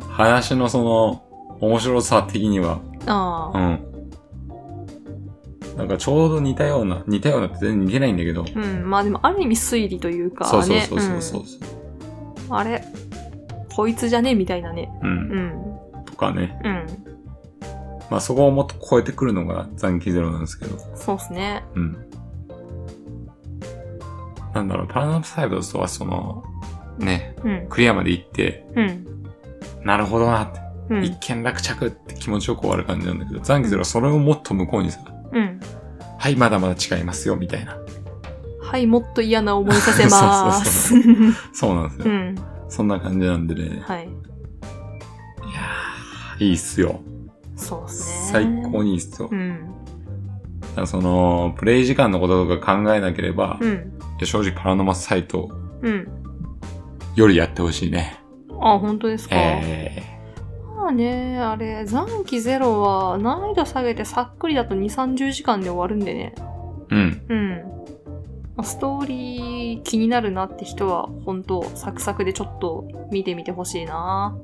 Speaker 1: 話のその、面白さ的には、
Speaker 2: あ
Speaker 1: う
Speaker 2: ー。
Speaker 1: ん。なんかちょうど似たような、似たようなって全然似てないんだけど。
Speaker 2: うん。まあでも、ある意味推理というか、ね。
Speaker 1: そうそうそうそうそう。
Speaker 2: うんあれこいつじゃねみたいなね。
Speaker 1: う。
Speaker 2: うんん。
Speaker 1: とかね。
Speaker 2: うん。
Speaker 1: まあそこをもっと超えてくるのが残機ゼロなんですけど。
Speaker 2: そうですね。
Speaker 1: うん。なんだろう、パラノマサイトとはその、ね、
Speaker 2: うん。
Speaker 1: クリアまで行って、
Speaker 2: うん。
Speaker 1: なるほどなって、
Speaker 2: うん。
Speaker 1: 一見落着って気持ちよく終わる感じなんだけど、残機ゼロはそれをもっと向こうにさ、
Speaker 2: うん。
Speaker 1: はい、まだまだ違いますよ、みたいな。
Speaker 2: はい、もっと嫌な思いさせまー す。
Speaker 1: そうそうなん ですよ。
Speaker 2: ん。
Speaker 1: そんな感じなんでね。
Speaker 2: はい。
Speaker 1: いやー、いいっすよ。
Speaker 2: そうですね。
Speaker 1: 最高にいいっすよ。
Speaker 2: うん。
Speaker 1: だからその、プレイ時間のこととか考えなければ、
Speaker 2: う
Speaker 1: い
Speaker 2: ん。
Speaker 1: や正直パラノマスサイト
Speaker 2: うん。
Speaker 1: よりやってほしいね。
Speaker 2: あ、本当ですか。
Speaker 1: え
Speaker 2: まあね、あれ、残機ゼロは難易度下げてさっくりだと2、30時間で終わるんでね。
Speaker 1: ー、うん。
Speaker 2: うん。まあストーリー気になるなって人は、本当サクサクでちょっと見てみてほしいな。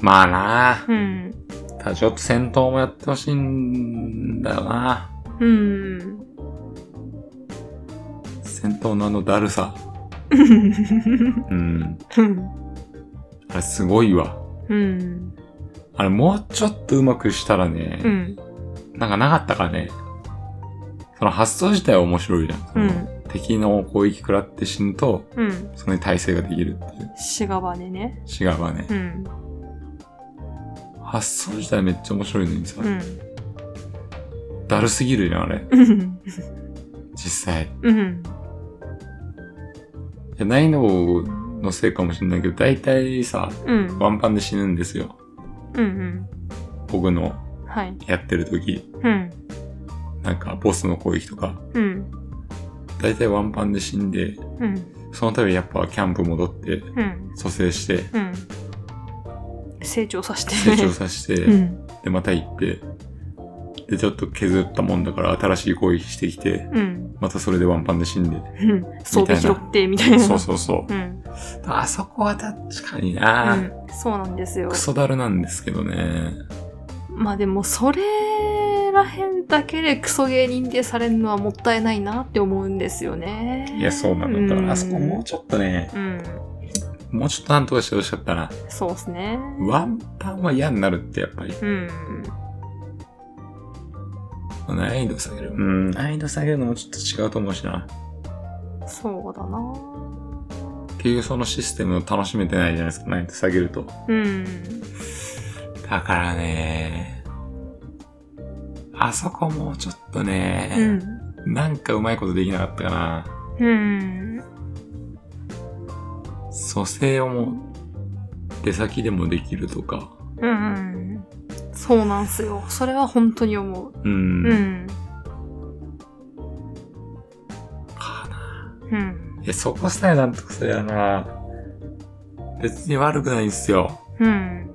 Speaker 1: まあな
Speaker 2: うん。
Speaker 1: ただちょっと戦闘もやってほしいんだよな
Speaker 2: うん。
Speaker 1: 戦闘のあのだるさ。うん。あれすごいわ。
Speaker 2: うん。
Speaker 1: あれもうちょっとうまくしたらね、
Speaker 2: うん。
Speaker 1: なんかなかったかね。その発想自体は面白いじゃん。その
Speaker 2: うん
Speaker 1: 敵の攻撃食らって死ぬと、
Speaker 2: うん。
Speaker 1: それに耐性ができるっていう。
Speaker 2: シガバネね。
Speaker 1: 違うわね
Speaker 2: う。ん。
Speaker 1: 発想自体めっちゃ面白いのにさ、
Speaker 2: うん。
Speaker 1: だるすぎるじゃん、あれ。
Speaker 2: うん。
Speaker 1: 実際。い
Speaker 2: うん。
Speaker 1: や難易度のせいかもしれないけど、大体さ、
Speaker 2: うん。
Speaker 1: ワンパンで死ぬんですよ。
Speaker 2: うん。
Speaker 1: 僕の
Speaker 2: うん。はい。
Speaker 1: やってる時、
Speaker 2: うん。
Speaker 1: なんかボスの攻撃とか、
Speaker 2: うん。
Speaker 1: 大体ワンパンで死んで、
Speaker 2: うん。
Speaker 1: その度やっぱキャンプ戻って、
Speaker 2: うん。
Speaker 1: 蘇生して、
Speaker 2: うん。成長させて。
Speaker 1: 成長させて、
Speaker 2: うん。
Speaker 1: で、また行って、で、ちょっと削ったもんだから新しい攻撃してきて、
Speaker 2: うん。
Speaker 1: またそれでワンパンで死んで。
Speaker 2: うん。装備拾って、みたいな。
Speaker 1: そうそうそう。
Speaker 2: うん。
Speaker 1: あそこは確かに
Speaker 2: う
Speaker 1: な、
Speaker 2: ん。そうなんですよ
Speaker 1: ク。ソだるなんですけどね。
Speaker 2: まあでも、それらへんだけでクソ芸人でされるのはもったいないなって思うんですよね。
Speaker 1: いや、そうなの。だからあそこもうちょっとね、
Speaker 2: うん。
Speaker 1: もうちょっとなんとかしてほしかったな。
Speaker 2: そうですね。
Speaker 1: ワンパンは嫌になるってやっぱり。
Speaker 2: うん。
Speaker 1: 難易度下げる。うん、難易度下げるのもちょっと違うと思うしな。
Speaker 2: そうだな。
Speaker 1: 結局そのシステムを楽しめてないじゃないですか、難易度下げると。
Speaker 2: うん。
Speaker 1: だからね、あそこもうちょっとね、
Speaker 2: うん。
Speaker 1: なんかうまいことできなかったかな。
Speaker 2: うん。
Speaker 1: 蘇生をもう、出先でもできるとか。
Speaker 2: うん。そうなんすよ。それは本当に思う。
Speaker 1: うん。
Speaker 2: うん。
Speaker 1: かな。
Speaker 2: うん。
Speaker 1: いや、そこさえなんとかすりゃな。別に悪くないんすよ。
Speaker 2: うん。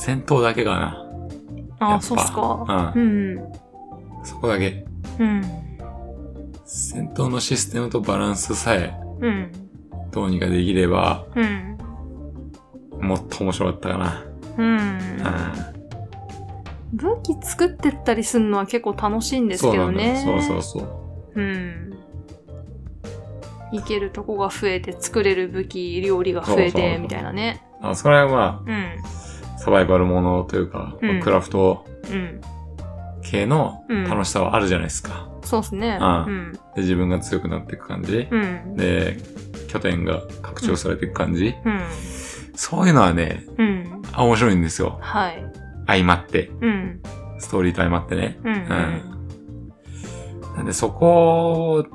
Speaker 1: 戦闘だけか
Speaker 2: あ
Speaker 1: やっ
Speaker 2: あ、
Speaker 1: ぱ
Speaker 2: そうっすか。
Speaker 1: な。
Speaker 2: う。
Speaker 1: うんん。そこだけ。
Speaker 2: うん。
Speaker 1: 戦闘のシステムとバランスさえ
Speaker 2: うん。
Speaker 1: どうにかできれば、
Speaker 2: うん。
Speaker 1: もっと面白かったか
Speaker 2: うん。
Speaker 1: な。
Speaker 2: 武器作ってったりするのは結構楽しいん
Speaker 1: うん。
Speaker 2: です
Speaker 1: そう
Speaker 2: け
Speaker 1: な
Speaker 2: ど
Speaker 1: んだよ。
Speaker 2: ね。
Speaker 1: そうそうそう。
Speaker 2: う。うん。いけるとこが増えて、作れる武器、料理が増
Speaker 1: そうそ
Speaker 2: え
Speaker 1: う
Speaker 2: て、
Speaker 1: そう
Speaker 2: みたいなね。
Speaker 1: あそこら辺は、
Speaker 2: うん。
Speaker 1: サバイバルものというか、
Speaker 2: うん
Speaker 1: クラフト
Speaker 2: うん。
Speaker 1: 系の
Speaker 2: うん
Speaker 1: 楽しさはあるじゃないですか。
Speaker 2: そうっすね。
Speaker 1: ああ
Speaker 2: うん。
Speaker 1: で、自分が強くなっていく感じ
Speaker 2: う。ん。
Speaker 1: で、拠点が拡張されていく感じ。
Speaker 2: うん。
Speaker 1: そういうのはね、
Speaker 2: うん。
Speaker 1: あ面白いんですよ。
Speaker 2: はい。
Speaker 1: 相まって。
Speaker 2: うん。
Speaker 1: ストーリーと相まってね。
Speaker 2: うん。う。
Speaker 1: うんん。なんで、そこを、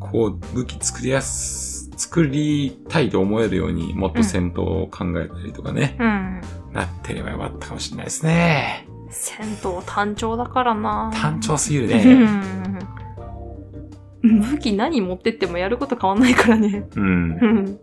Speaker 1: こう、武器作りやす、作りたいと思えるように、もっと戦闘を考えたりとかね、
Speaker 2: うん。
Speaker 1: なってればよかったかもしれないですね。
Speaker 2: 銭湯単調だからな
Speaker 1: 単調すぎる
Speaker 2: う
Speaker 1: ね。
Speaker 2: ん武器何持ってってもやること変わんないからね。
Speaker 1: うん
Speaker 2: う。ん。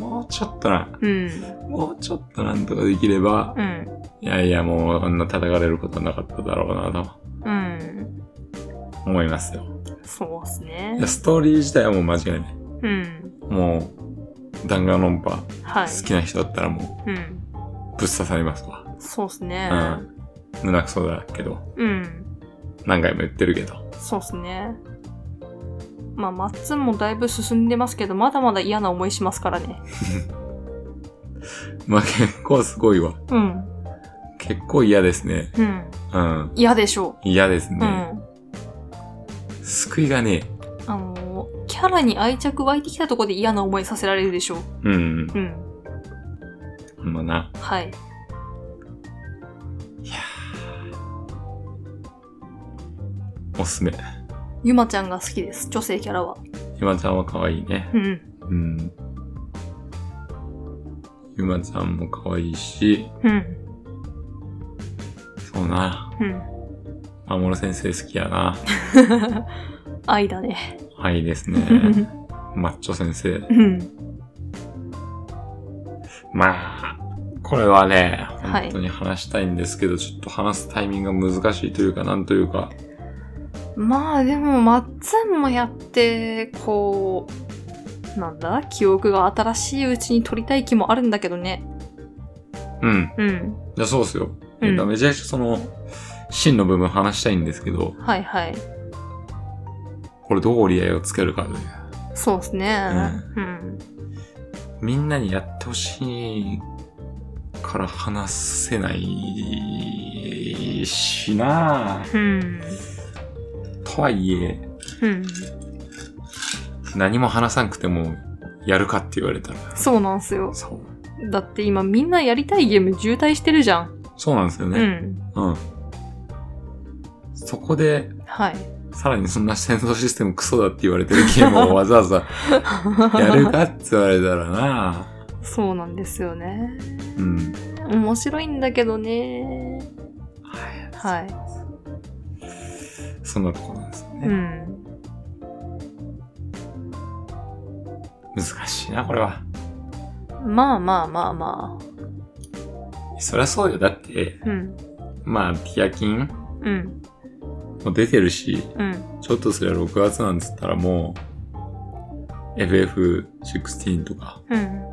Speaker 1: もうちょっとな、
Speaker 2: うん。
Speaker 1: もうちょっとなんとかできれば、
Speaker 2: うん。
Speaker 1: いやいや、もうあんな叩かれることはなかっただろうな
Speaker 2: うん。
Speaker 1: と思いますよ。
Speaker 2: そうっす
Speaker 1: い
Speaker 2: ね
Speaker 1: や、。ストーリー自体はもう間違いない。
Speaker 2: うん。
Speaker 1: もう、弾丸論破
Speaker 2: はい。
Speaker 1: 好きな人だったらも
Speaker 2: うん。
Speaker 1: うぶっ刺さりますわ。
Speaker 2: そうっすね
Speaker 1: う。ん。胸くそだけど、
Speaker 2: うん。
Speaker 1: 何回も言ってるけど。
Speaker 2: そうっすね。まあ、マッツンもだいぶ進んでますけど、まだまだ嫌な思いしますからね。
Speaker 1: まあ結構すごいわ。
Speaker 2: うん。
Speaker 1: 結構嫌ですね。
Speaker 2: うん。
Speaker 1: うん。
Speaker 2: 嫌でしょ
Speaker 1: 嫌です
Speaker 2: う。う
Speaker 1: ね。
Speaker 2: ん。
Speaker 1: 救いがね
Speaker 2: あの、キャラに愛着湧いてきたとこで嫌な思いさせられるでしょ
Speaker 1: え。うん。
Speaker 2: う。うん。
Speaker 1: ほんまな。
Speaker 2: はい。
Speaker 1: おすすめ。
Speaker 2: ゆまちゃんが好きです。女性キャラは。
Speaker 1: ゆまちゃんは可愛いね。
Speaker 2: うん。
Speaker 1: うん。ゆまちゃんも可愛いし、
Speaker 2: うん。
Speaker 1: そうな。
Speaker 2: うん。
Speaker 1: まもる先生好きやな。
Speaker 2: 愛だね。
Speaker 1: はいですね。 マッチョ先生。
Speaker 2: うん。
Speaker 1: まあ、これはね、
Speaker 2: はい
Speaker 1: 本当に話したいんですけど、ちょっと話すタイミングが難しいというか、なんというか、
Speaker 2: まあでも、まっつんもやって、こう、なんだ記憶が新しいうちに撮りたい気もあるんだけどね。
Speaker 1: うん。
Speaker 2: うん。
Speaker 1: いや、そうっすよ。
Speaker 2: うん
Speaker 1: だからめちゃくちゃその、真の部分話したいんですけど、
Speaker 2: はいはい。
Speaker 1: これどう折り合いをつけるかという。
Speaker 2: そうですね。うん。
Speaker 1: みんなにやってほしいから話せないしなぁ
Speaker 2: うん。
Speaker 1: とはいえ、
Speaker 2: うん。
Speaker 1: 何も話さなくても、やるかって言われたら。
Speaker 2: そうなんすよ。
Speaker 1: そう。
Speaker 2: だって今みんなやりたいゲーム渋滞してるじゃん。
Speaker 1: そうなんですよ
Speaker 2: う
Speaker 1: ね。
Speaker 2: ん。
Speaker 1: うん。そこで、
Speaker 2: はい。
Speaker 1: さらにそんな戦争システムクソだって言われてるゲームをわざわざやるかって言われたらな
Speaker 2: そうなんですよね。
Speaker 1: うん。
Speaker 2: 面白いんだけどね。はい。
Speaker 1: そんなとこなんですよ
Speaker 2: う
Speaker 1: ね。
Speaker 2: ん。
Speaker 1: 難しいな、これは。
Speaker 2: まあまあまあまあ。
Speaker 1: そりゃそうよ。だって、
Speaker 2: うん。
Speaker 1: まあ、ティアキン
Speaker 2: うん。
Speaker 1: も出てるし、
Speaker 2: うん。
Speaker 1: ちょっとすりゃ6月なんつったらもう、FF16 とか、
Speaker 2: うん。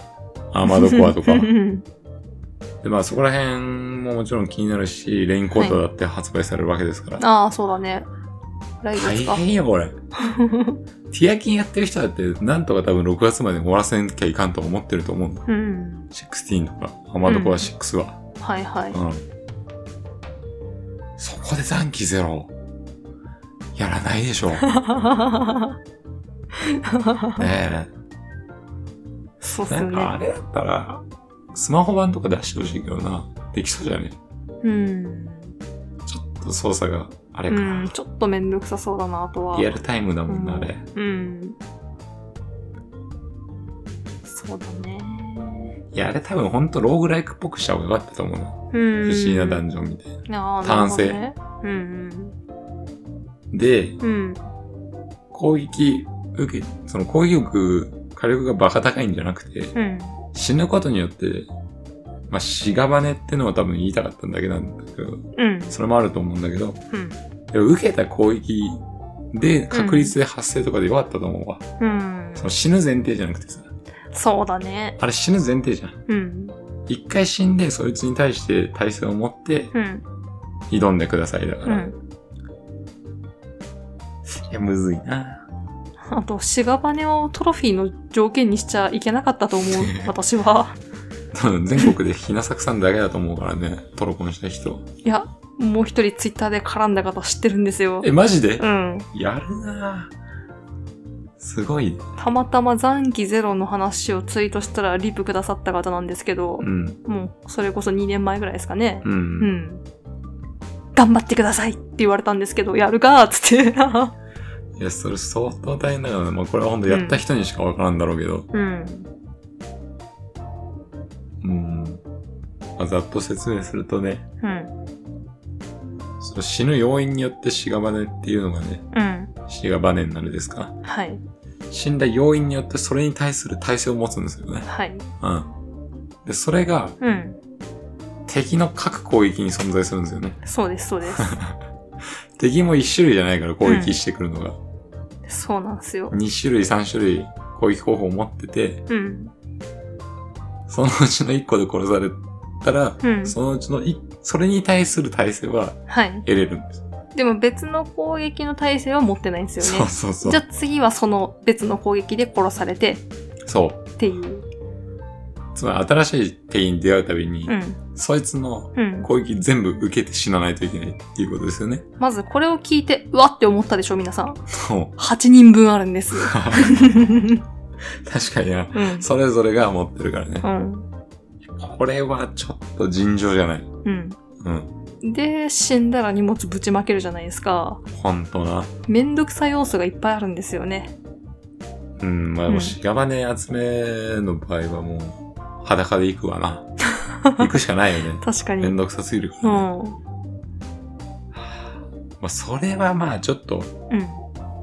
Speaker 1: アーマードコアとか
Speaker 2: う、ん。
Speaker 1: でまあそこら辺ももちろん気になるし、レインコートだって発売されるわけですから。
Speaker 2: ああ、そうだね。
Speaker 1: 大
Speaker 2: 来月か。
Speaker 1: 変よ、こ れ。ティアキンやってる人だって、なんとか多分6月までに終わらせなきゃいかんと思ってると思うの。
Speaker 2: うん。
Speaker 1: 16とか、アマドコア6は。
Speaker 2: はいはい。
Speaker 1: うん。そこで残機ゼロ。やらないで しょ。ねえ。
Speaker 2: そうっす
Speaker 1: な
Speaker 2: よ
Speaker 1: んかあ
Speaker 2: ね。
Speaker 1: れだったら、スマホ版とか出してほしいけどな。できそうじゃね
Speaker 2: うん。
Speaker 1: ちょっと操作があれか。
Speaker 2: うん。ちょっとめんどくさそうだな、あとは。
Speaker 1: リアルタイムだもんな、あれ。
Speaker 2: うん。そうだね。
Speaker 1: いや、あれ多分ほんとローグライクっぽくした方が良かったと思うの。
Speaker 2: うん。
Speaker 1: 不思議なダンジョンみたいな。
Speaker 2: あー
Speaker 1: 単性
Speaker 2: なるほどねうん
Speaker 1: で、
Speaker 2: うん。
Speaker 1: 攻撃受け、その攻撃力、火力がバカ高いんじゃなくて、
Speaker 2: うん。うん。
Speaker 1: 死ぬことによって、まあ、死がばねってのは多分言いたかったんだけなんだけど、
Speaker 2: うん。
Speaker 1: それもあると思うんだけど、
Speaker 2: うん。
Speaker 1: でも受けた攻撃で確率で発生とかでよかったと思うわ。
Speaker 2: うん。
Speaker 1: その死ぬ前提じゃなくてさ、
Speaker 2: そうだね。
Speaker 1: あれ死ぬ前提じゃん。
Speaker 2: うん。
Speaker 1: 一回死んで、そいつに対して体勢を持って
Speaker 2: うん。
Speaker 1: 挑んでくださいだか
Speaker 2: う
Speaker 1: ら。
Speaker 2: ん。
Speaker 1: いや、むずいな。
Speaker 2: あと、シガバネをトロフィーの条件にしちゃいけなかった と思う、私は。
Speaker 1: 多分全国でひなさくさんだけだと思うからね、トロコンした人。
Speaker 2: いや、もう一人ツイッターで絡んだ方知ってるんですよ
Speaker 1: え、。マジで
Speaker 2: うん。
Speaker 1: やるなぁ。すごい。
Speaker 2: たまたま残機ゼロの話をツイートしたらリプくださった方なんですけど
Speaker 1: う、ん。
Speaker 2: もう、それこそ2年前ぐらいですかね。
Speaker 1: う。
Speaker 2: うんん。頑張ってくださいって言われたんですけど、やるかーっつって。
Speaker 1: いや、それ相当大変だからね。まあ、これは本当やった人にしかわからんだろうけど。
Speaker 2: うん。
Speaker 1: うん。まあ、ざっと説明するとね、
Speaker 2: うん。
Speaker 1: その死ぬ要因によって死がばねっていうのがね、
Speaker 2: うん。
Speaker 1: 死がばねになるですか。
Speaker 2: はい。
Speaker 1: 死んだ要因によってそれに対する耐性を持つんですよね。
Speaker 2: はい。
Speaker 1: うん。で、それが
Speaker 2: うん。
Speaker 1: 敵の各攻撃に存在するんですよね。
Speaker 2: そうです、そうです。
Speaker 1: 敵も一種類じゃないから攻撃してくるのが。
Speaker 2: そうなんですよ。
Speaker 1: 二種類、三種類攻撃方法を持ってて、
Speaker 2: うん。
Speaker 1: そのうちの一個で殺されたら、
Speaker 2: うん。
Speaker 1: そのうちのい、それに対する耐性は
Speaker 2: はい。
Speaker 1: 得れるんです。
Speaker 2: でも別の攻撃の体制は持ってないんですよ
Speaker 1: そう
Speaker 2: ね。
Speaker 1: そうそう
Speaker 2: じゃ。あ次はその別の攻撃で殺されてっ
Speaker 1: そう。
Speaker 2: ていう。
Speaker 1: つまり新しい敵に出会うたびに、
Speaker 2: うん。
Speaker 1: そいつの
Speaker 2: うん。
Speaker 1: 攻撃全部受けて死なないといけないっていうことですよね。
Speaker 2: まずこれを聞いて、うわって思ったでしょ、皆さん。
Speaker 1: そう
Speaker 2: 8人分あるんです。
Speaker 1: 確かにな。
Speaker 2: うん。
Speaker 1: それぞれが持ってるからね
Speaker 2: う。ん。
Speaker 1: これはちょっと尋常じゃない。
Speaker 2: う
Speaker 1: うん。
Speaker 2: ん。で、死んだら荷物ぶちまけるじゃないですか。
Speaker 1: ほんとな。
Speaker 2: めんどくさい要素がいっぱいあるんですよね。
Speaker 1: うん、まあ、
Speaker 2: う
Speaker 1: も
Speaker 2: ん
Speaker 1: う、しがばね集めの場合はもう、裸で行くわな。 行くしかないよね。
Speaker 2: 確かに。
Speaker 1: め
Speaker 2: うんん。
Speaker 1: どくさすぎるから、ね。
Speaker 2: う
Speaker 1: まあ、それはまあ、ちょっと、
Speaker 2: ん。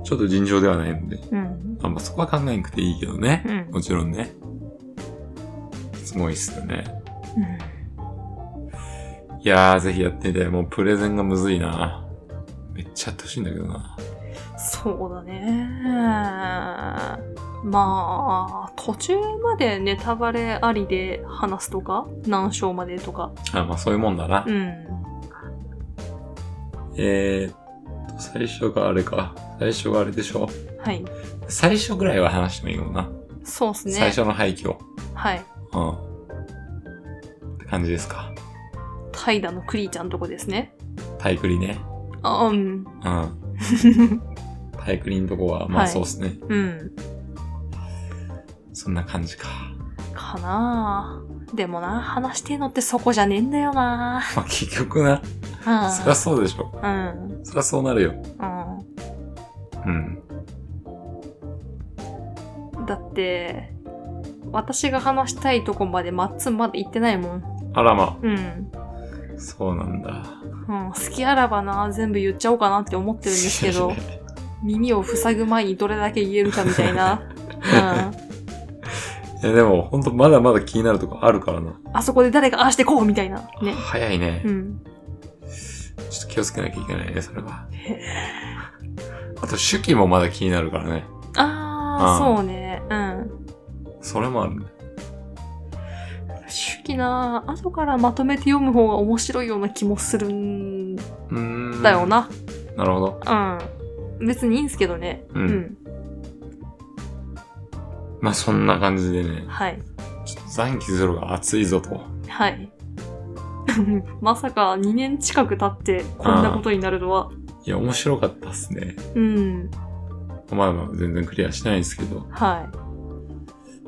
Speaker 1: ちょっと尋常ではないので。
Speaker 2: うん。
Speaker 1: まあ、まあ、そこは考えなくていいけどね。
Speaker 2: うん。
Speaker 1: もちろんね。すごいっすよね。
Speaker 2: うん
Speaker 1: いやー、ぜひやってみて。もう、プレゼンがむずいな。めっちゃやってほしいんだけどな。
Speaker 2: そうだね。まあ、途中までネタバレありで話すとか、何章までとか。
Speaker 1: あまあ、そういうもんだな。
Speaker 2: うん。
Speaker 1: えーっと、最初があれか。最初があれでしょ。
Speaker 2: はい。
Speaker 1: 最初ぐらいは話してもいいかもな。
Speaker 2: そうっすね。
Speaker 1: 最初の廃墟。
Speaker 2: はい。
Speaker 1: うん。って感じですか。
Speaker 2: 怠惰のクリーちゃんとこですね。
Speaker 1: タイクリね。
Speaker 2: あうん。
Speaker 1: うん。タイクリのとこは、ま
Speaker 2: は
Speaker 1: あ
Speaker 2: い
Speaker 1: そうですね。
Speaker 2: うん。
Speaker 1: そんな感じか。
Speaker 2: かなあでもな、話してえのってそこじゃねえんだよな
Speaker 1: まあ結局な、
Speaker 2: あ
Speaker 1: そりゃそうでしょ。
Speaker 2: うん。
Speaker 1: そりゃそうなるよ。
Speaker 2: う
Speaker 1: うん。
Speaker 2: ん。だって、私が話したいとこまでマッツンまで行ってないもん。
Speaker 1: あらま
Speaker 2: うん。
Speaker 1: あ、そうなんだ。
Speaker 2: うん、好きあらばな、全部言っちゃおうかなって思ってるんですけ ど、耳を塞ぐ前にどれだけ言えるかみたい な。
Speaker 1: え、でも、ほんとまだまだ気になるとこあるからな。
Speaker 2: うん。あそこで誰かああしてこうみたいな。ね。
Speaker 1: 早いね、
Speaker 2: うん。
Speaker 1: ちょっと気をつけなきゃいけないね、それ は。あと、手記もまだ気になるからね。
Speaker 2: あ
Speaker 1: あ
Speaker 2: ー、
Speaker 1: ー
Speaker 2: そうね。うん。
Speaker 1: それもあるね。
Speaker 2: 手記な、後からまとめて読む方が面白いような気もするんだ
Speaker 1: うーん。
Speaker 2: よ。な。
Speaker 1: なるほど。
Speaker 2: うん。別にいいんすけどね。
Speaker 1: う。
Speaker 2: うんん。
Speaker 1: まあ、そんな感じでね、
Speaker 2: はい。
Speaker 1: ちょっと残機ゼロが熱いぞと。
Speaker 2: はい。 まさか2年近く経ってこんなことになるとは。
Speaker 1: いや、面白かったっすね。
Speaker 2: うん。
Speaker 1: まあまあ、全然クリアしてないんですけど、
Speaker 2: はい。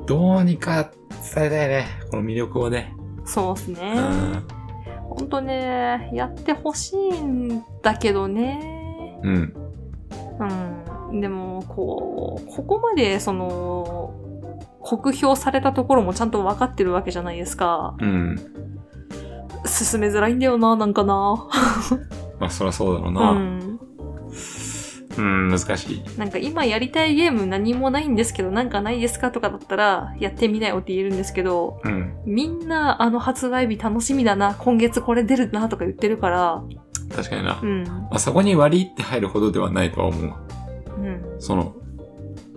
Speaker 1: どうにか伝えたいね。この魅力をね。
Speaker 2: そうっすね。
Speaker 1: うん。
Speaker 2: ほんとね、やってほしいんだけどね。
Speaker 1: うん。
Speaker 2: うん。でも、こう、ここまで、その、酷評されたところもちゃんと分かってるわけじゃないですか。
Speaker 1: うん。
Speaker 2: 進めづらいんだよな、なんかな。
Speaker 1: まあ、そりゃそうだろう
Speaker 2: う
Speaker 1: な。うん、
Speaker 2: ん。
Speaker 1: 難しい。
Speaker 2: なんか今やりたいゲーム何もないんですけど、なんかないですかとかだったら、やってみなよって言えるんですけど、
Speaker 1: うん。
Speaker 2: みんなあの発売日楽しみだな、今月これ出るなとか言ってるから、
Speaker 1: 確かにな。
Speaker 2: う
Speaker 1: ま
Speaker 2: ん。
Speaker 1: あ、そこに割りって入るほどではないとは思う。
Speaker 2: うん。
Speaker 1: その、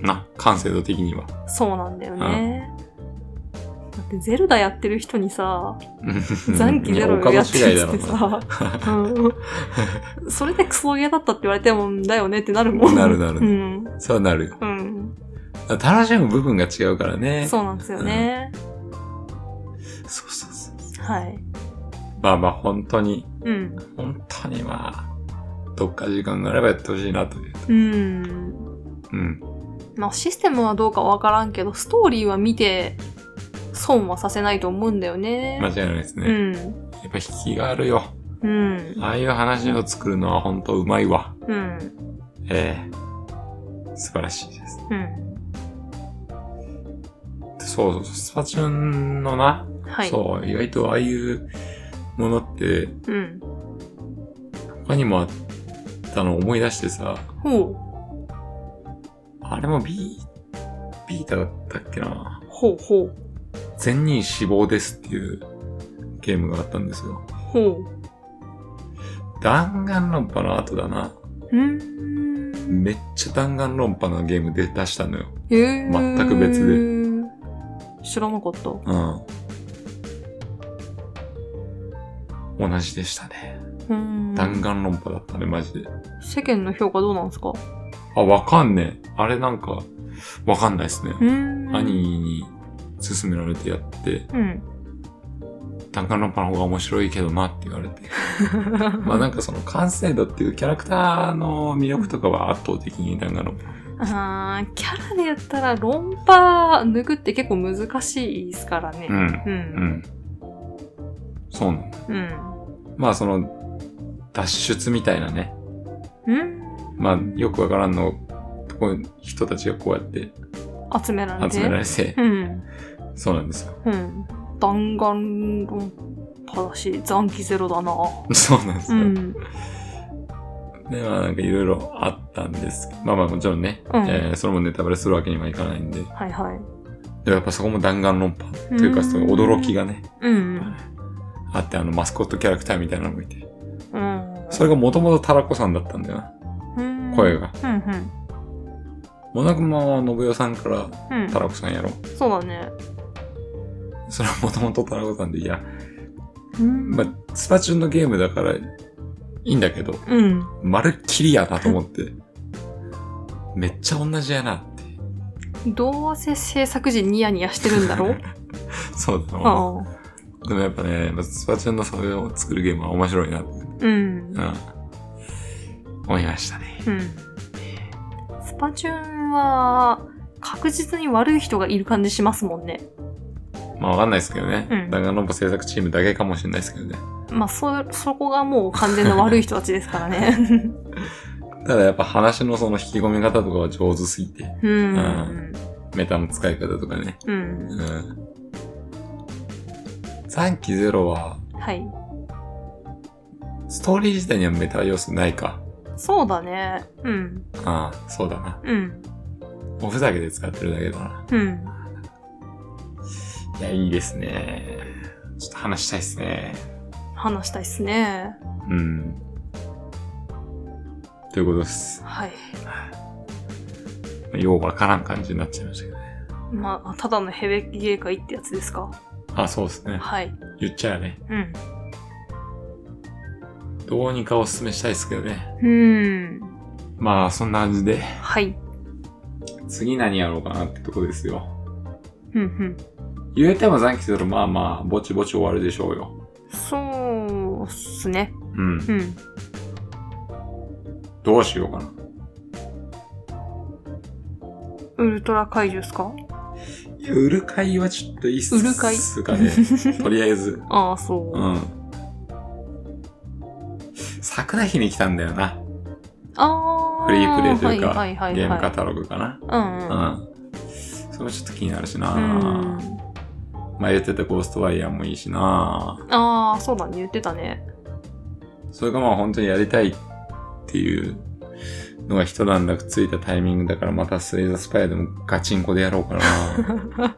Speaker 1: な、完成度的 には。
Speaker 2: そうなんだよね。だってゼルダやってる人にさ、残機ゼロ
Speaker 1: 岡
Speaker 2: や
Speaker 1: 田
Speaker 2: って
Speaker 1: 次第だ
Speaker 2: る
Speaker 1: ろ
Speaker 2: って
Speaker 1: う
Speaker 2: さ、うん、それでクソゲーだったって言われてもんだよねってなるもん。
Speaker 1: なるなる
Speaker 2: うん。
Speaker 1: な。そうなるよ。
Speaker 2: うん。
Speaker 1: 楽しむ部分が違うからね。
Speaker 2: そうなんですよね。
Speaker 1: そうそうそう。
Speaker 2: はい。
Speaker 1: まあまあ、本当に、
Speaker 2: うん。
Speaker 1: 本当にまあ、どっか時間があればやってほしいなという。
Speaker 2: うん。
Speaker 1: うん。
Speaker 2: まあシステムはどうかわからんけど、ストーリーは見て損はさせないと思うんだよね。
Speaker 1: 間違いないですね。
Speaker 2: う
Speaker 1: や
Speaker 2: ん。
Speaker 1: っぱ引きがあるよ。
Speaker 2: うん。
Speaker 1: ああいう話を作るのは本当うまいわ。
Speaker 2: うん。
Speaker 1: ええ素晴らしいです。
Speaker 2: うん。
Speaker 1: そうそうそう、スパチューンのな、
Speaker 2: はい。
Speaker 1: そう、意外とああいうものって、
Speaker 2: うん。
Speaker 1: 他にもあったのを思い出してさ、
Speaker 2: ほ
Speaker 1: あれもビー、ビータだったっけな
Speaker 2: う。ほうほう。
Speaker 1: 全人死亡ですっていうゲームがあったんですよ。
Speaker 2: ほう。
Speaker 1: 弾丸論破の後だな。
Speaker 2: うーん。
Speaker 1: めっちゃ弾丸論破のゲームで出したのよ。
Speaker 2: えー、
Speaker 1: 全く別
Speaker 2: で。知らなかった。
Speaker 1: うん。同じでしたね。
Speaker 2: うーん。
Speaker 1: 弾丸論破だったね、マジで。
Speaker 2: 世間の評価どうなんですか
Speaker 1: あ、わかんねえ。あれなんか、わかんないですね。
Speaker 2: うーん。
Speaker 1: 兄に勧められてやって、
Speaker 2: うん。
Speaker 1: 弾丸論破の方が面白いけどなって言われ て。まあなんかその完成度っていうキャラクターの魅力とかは圧倒的に弾丸論破。
Speaker 2: あーキャラで言ったら論破抜くって結構難しいですからね。
Speaker 1: うん。
Speaker 2: う。
Speaker 1: うんん。そうなの。
Speaker 2: うん。
Speaker 1: まあその、脱出みたいなね。
Speaker 2: うん。
Speaker 1: まあよくわからんの、こういう人たちがこうやって
Speaker 2: 集められて。
Speaker 1: 集められて、
Speaker 2: うん。
Speaker 1: そうなんですよ。
Speaker 2: うん。弾丸論破だし、残機ゼロだな。
Speaker 1: そうなんです
Speaker 2: う
Speaker 1: よ。
Speaker 2: ん。
Speaker 1: で、まあなんかいろいろあったんです。まあまあもちろんね、
Speaker 2: うん
Speaker 1: えーそれもネタバレするわけにはいかないんで。
Speaker 2: はいはい。
Speaker 1: でもやっぱそこも弾丸論破というか、
Speaker 2: うん
Speaker 1: その驚きがね、
Speaker 2: うん。
Speaker 1: あって、あのマスコットキャラクターみたいなのもいて。
Speaker 2: うん。
Speaker 1: それがもともとタラコさんだったんだよな、
Speaker 2: うん
Speaker 1: 声。が。
Speaker 2: うんうん。
Speaker 1: モナクマは信代さんから
Speaker 2: うん
Speaker 1: タ。ラコさんやろ。
Speaker 2: そうだね。
Speaker 1: それはもともとタラコさんで、いや、
Speaker 2: うん
Speaker 1: まあ、スパチュンのゲームだからいいんだけど、
Speaker 2: うん。
Speaker 1: まるっきりやなと思って。めっちゃ同じやなって。
Speaker 2: どうせ制作時ニヤニヤしてるんだ ろ
Speaker 1: そうだな。
Speaker 2: ああ。
Speaker 1: でもやっぱね、まあスパチュンのそれを作るゲームは面白いなって。う
Speaker 2: うん。
Speaker 1: ん。思いましたね。
Speaker 2: うん。スパチューンは、確実に悪い人がいる感じしますもんね。
Speaker 1: まあわかんないですけどね。
Speaker 2: うん
Speaker 1: 弾丸論破制作チームだけかもしれないですけどね。
Speaker 2: まあ、そ、そこがもう完全な悪い人たちですからね。
Speaker 1: ただやっぱ話のその引き込み方とかは上手すぎて、
Speaker 2: うん。
Speaker 1: メタの使い方とかね。
Speaker 2: うん。
Speaker 1: うん。残機ゼロは、
Speaker 2: はい。
Speaker 1: ストーリー自体にはメタ要素ないか。
Speaker 2: そうだね。うん。
Speaker 1: ああ、そうだな。
Speaker 2: うん。
Speaker 1: おふざけで使ってるだけだな。
Speaker 2: うん。
Speaker 1: いや、いいですね。ちょっと話したいですね。
Speaker 2: 話したいっすね。
Speaker 1: うん。ということです。
Speaker 2: はい。
Speaker 1: ようわからん感じになっちゃいましたけどね。
Speaker 2: まあ、ただのヘベキ芸会ってやつですか。
Speaker 1: あ、そうですね。
Speaker 2: はい。
Speaker 1: 言っちゃうね。
Speaker 2: うん。
Speaker 1: どうにかおすすめしたいですけどね。
Speaker 2: うん。
Speaker 1: まあ、そんな感じで。
Speaker 2: はい。
Speaker 1: 次何やろうかなってとこですよ。
Speaker 2: うんうん。
Speaker 1: 言えても残機ゼロ、まあまあ、ぼちぼち終わるでしょうよ。
Speaker 2: そうっすね。
Speaker 1: うん。
Speaker 2: うん。
Speaker 1: どうしようかな。
Speaker 2: ウルトラ怪獣っすか
Speaker 1: いや、売る会はちょっといいっす
Speaker 2: 売る会
Speaker 1: かね。 とりあえず。
Speaker 2: ああ、そう。
Speaker 1: うん。桜日に来たんだよな。
Speaker 2: ああ。
Speaker 1: フリープレイというか
Speaker 2: はいはいはいはい、
Speaker 1: ゲームカタログかな。
Speaker 2: うんうん。
Speaker 1: うん。それもちょっと気になるしな、
Speaker 2: うん、
Speaker 1: まあ言ってたゴーストワイヤーもいいしな
Speaker 2: ああ、そうだね。言ってたね。
Speaker 1: それがまあ本当にやりたいっていうのが一段落ついたタイミングだからまたスレイザースパイアでもガチンコでやろうかな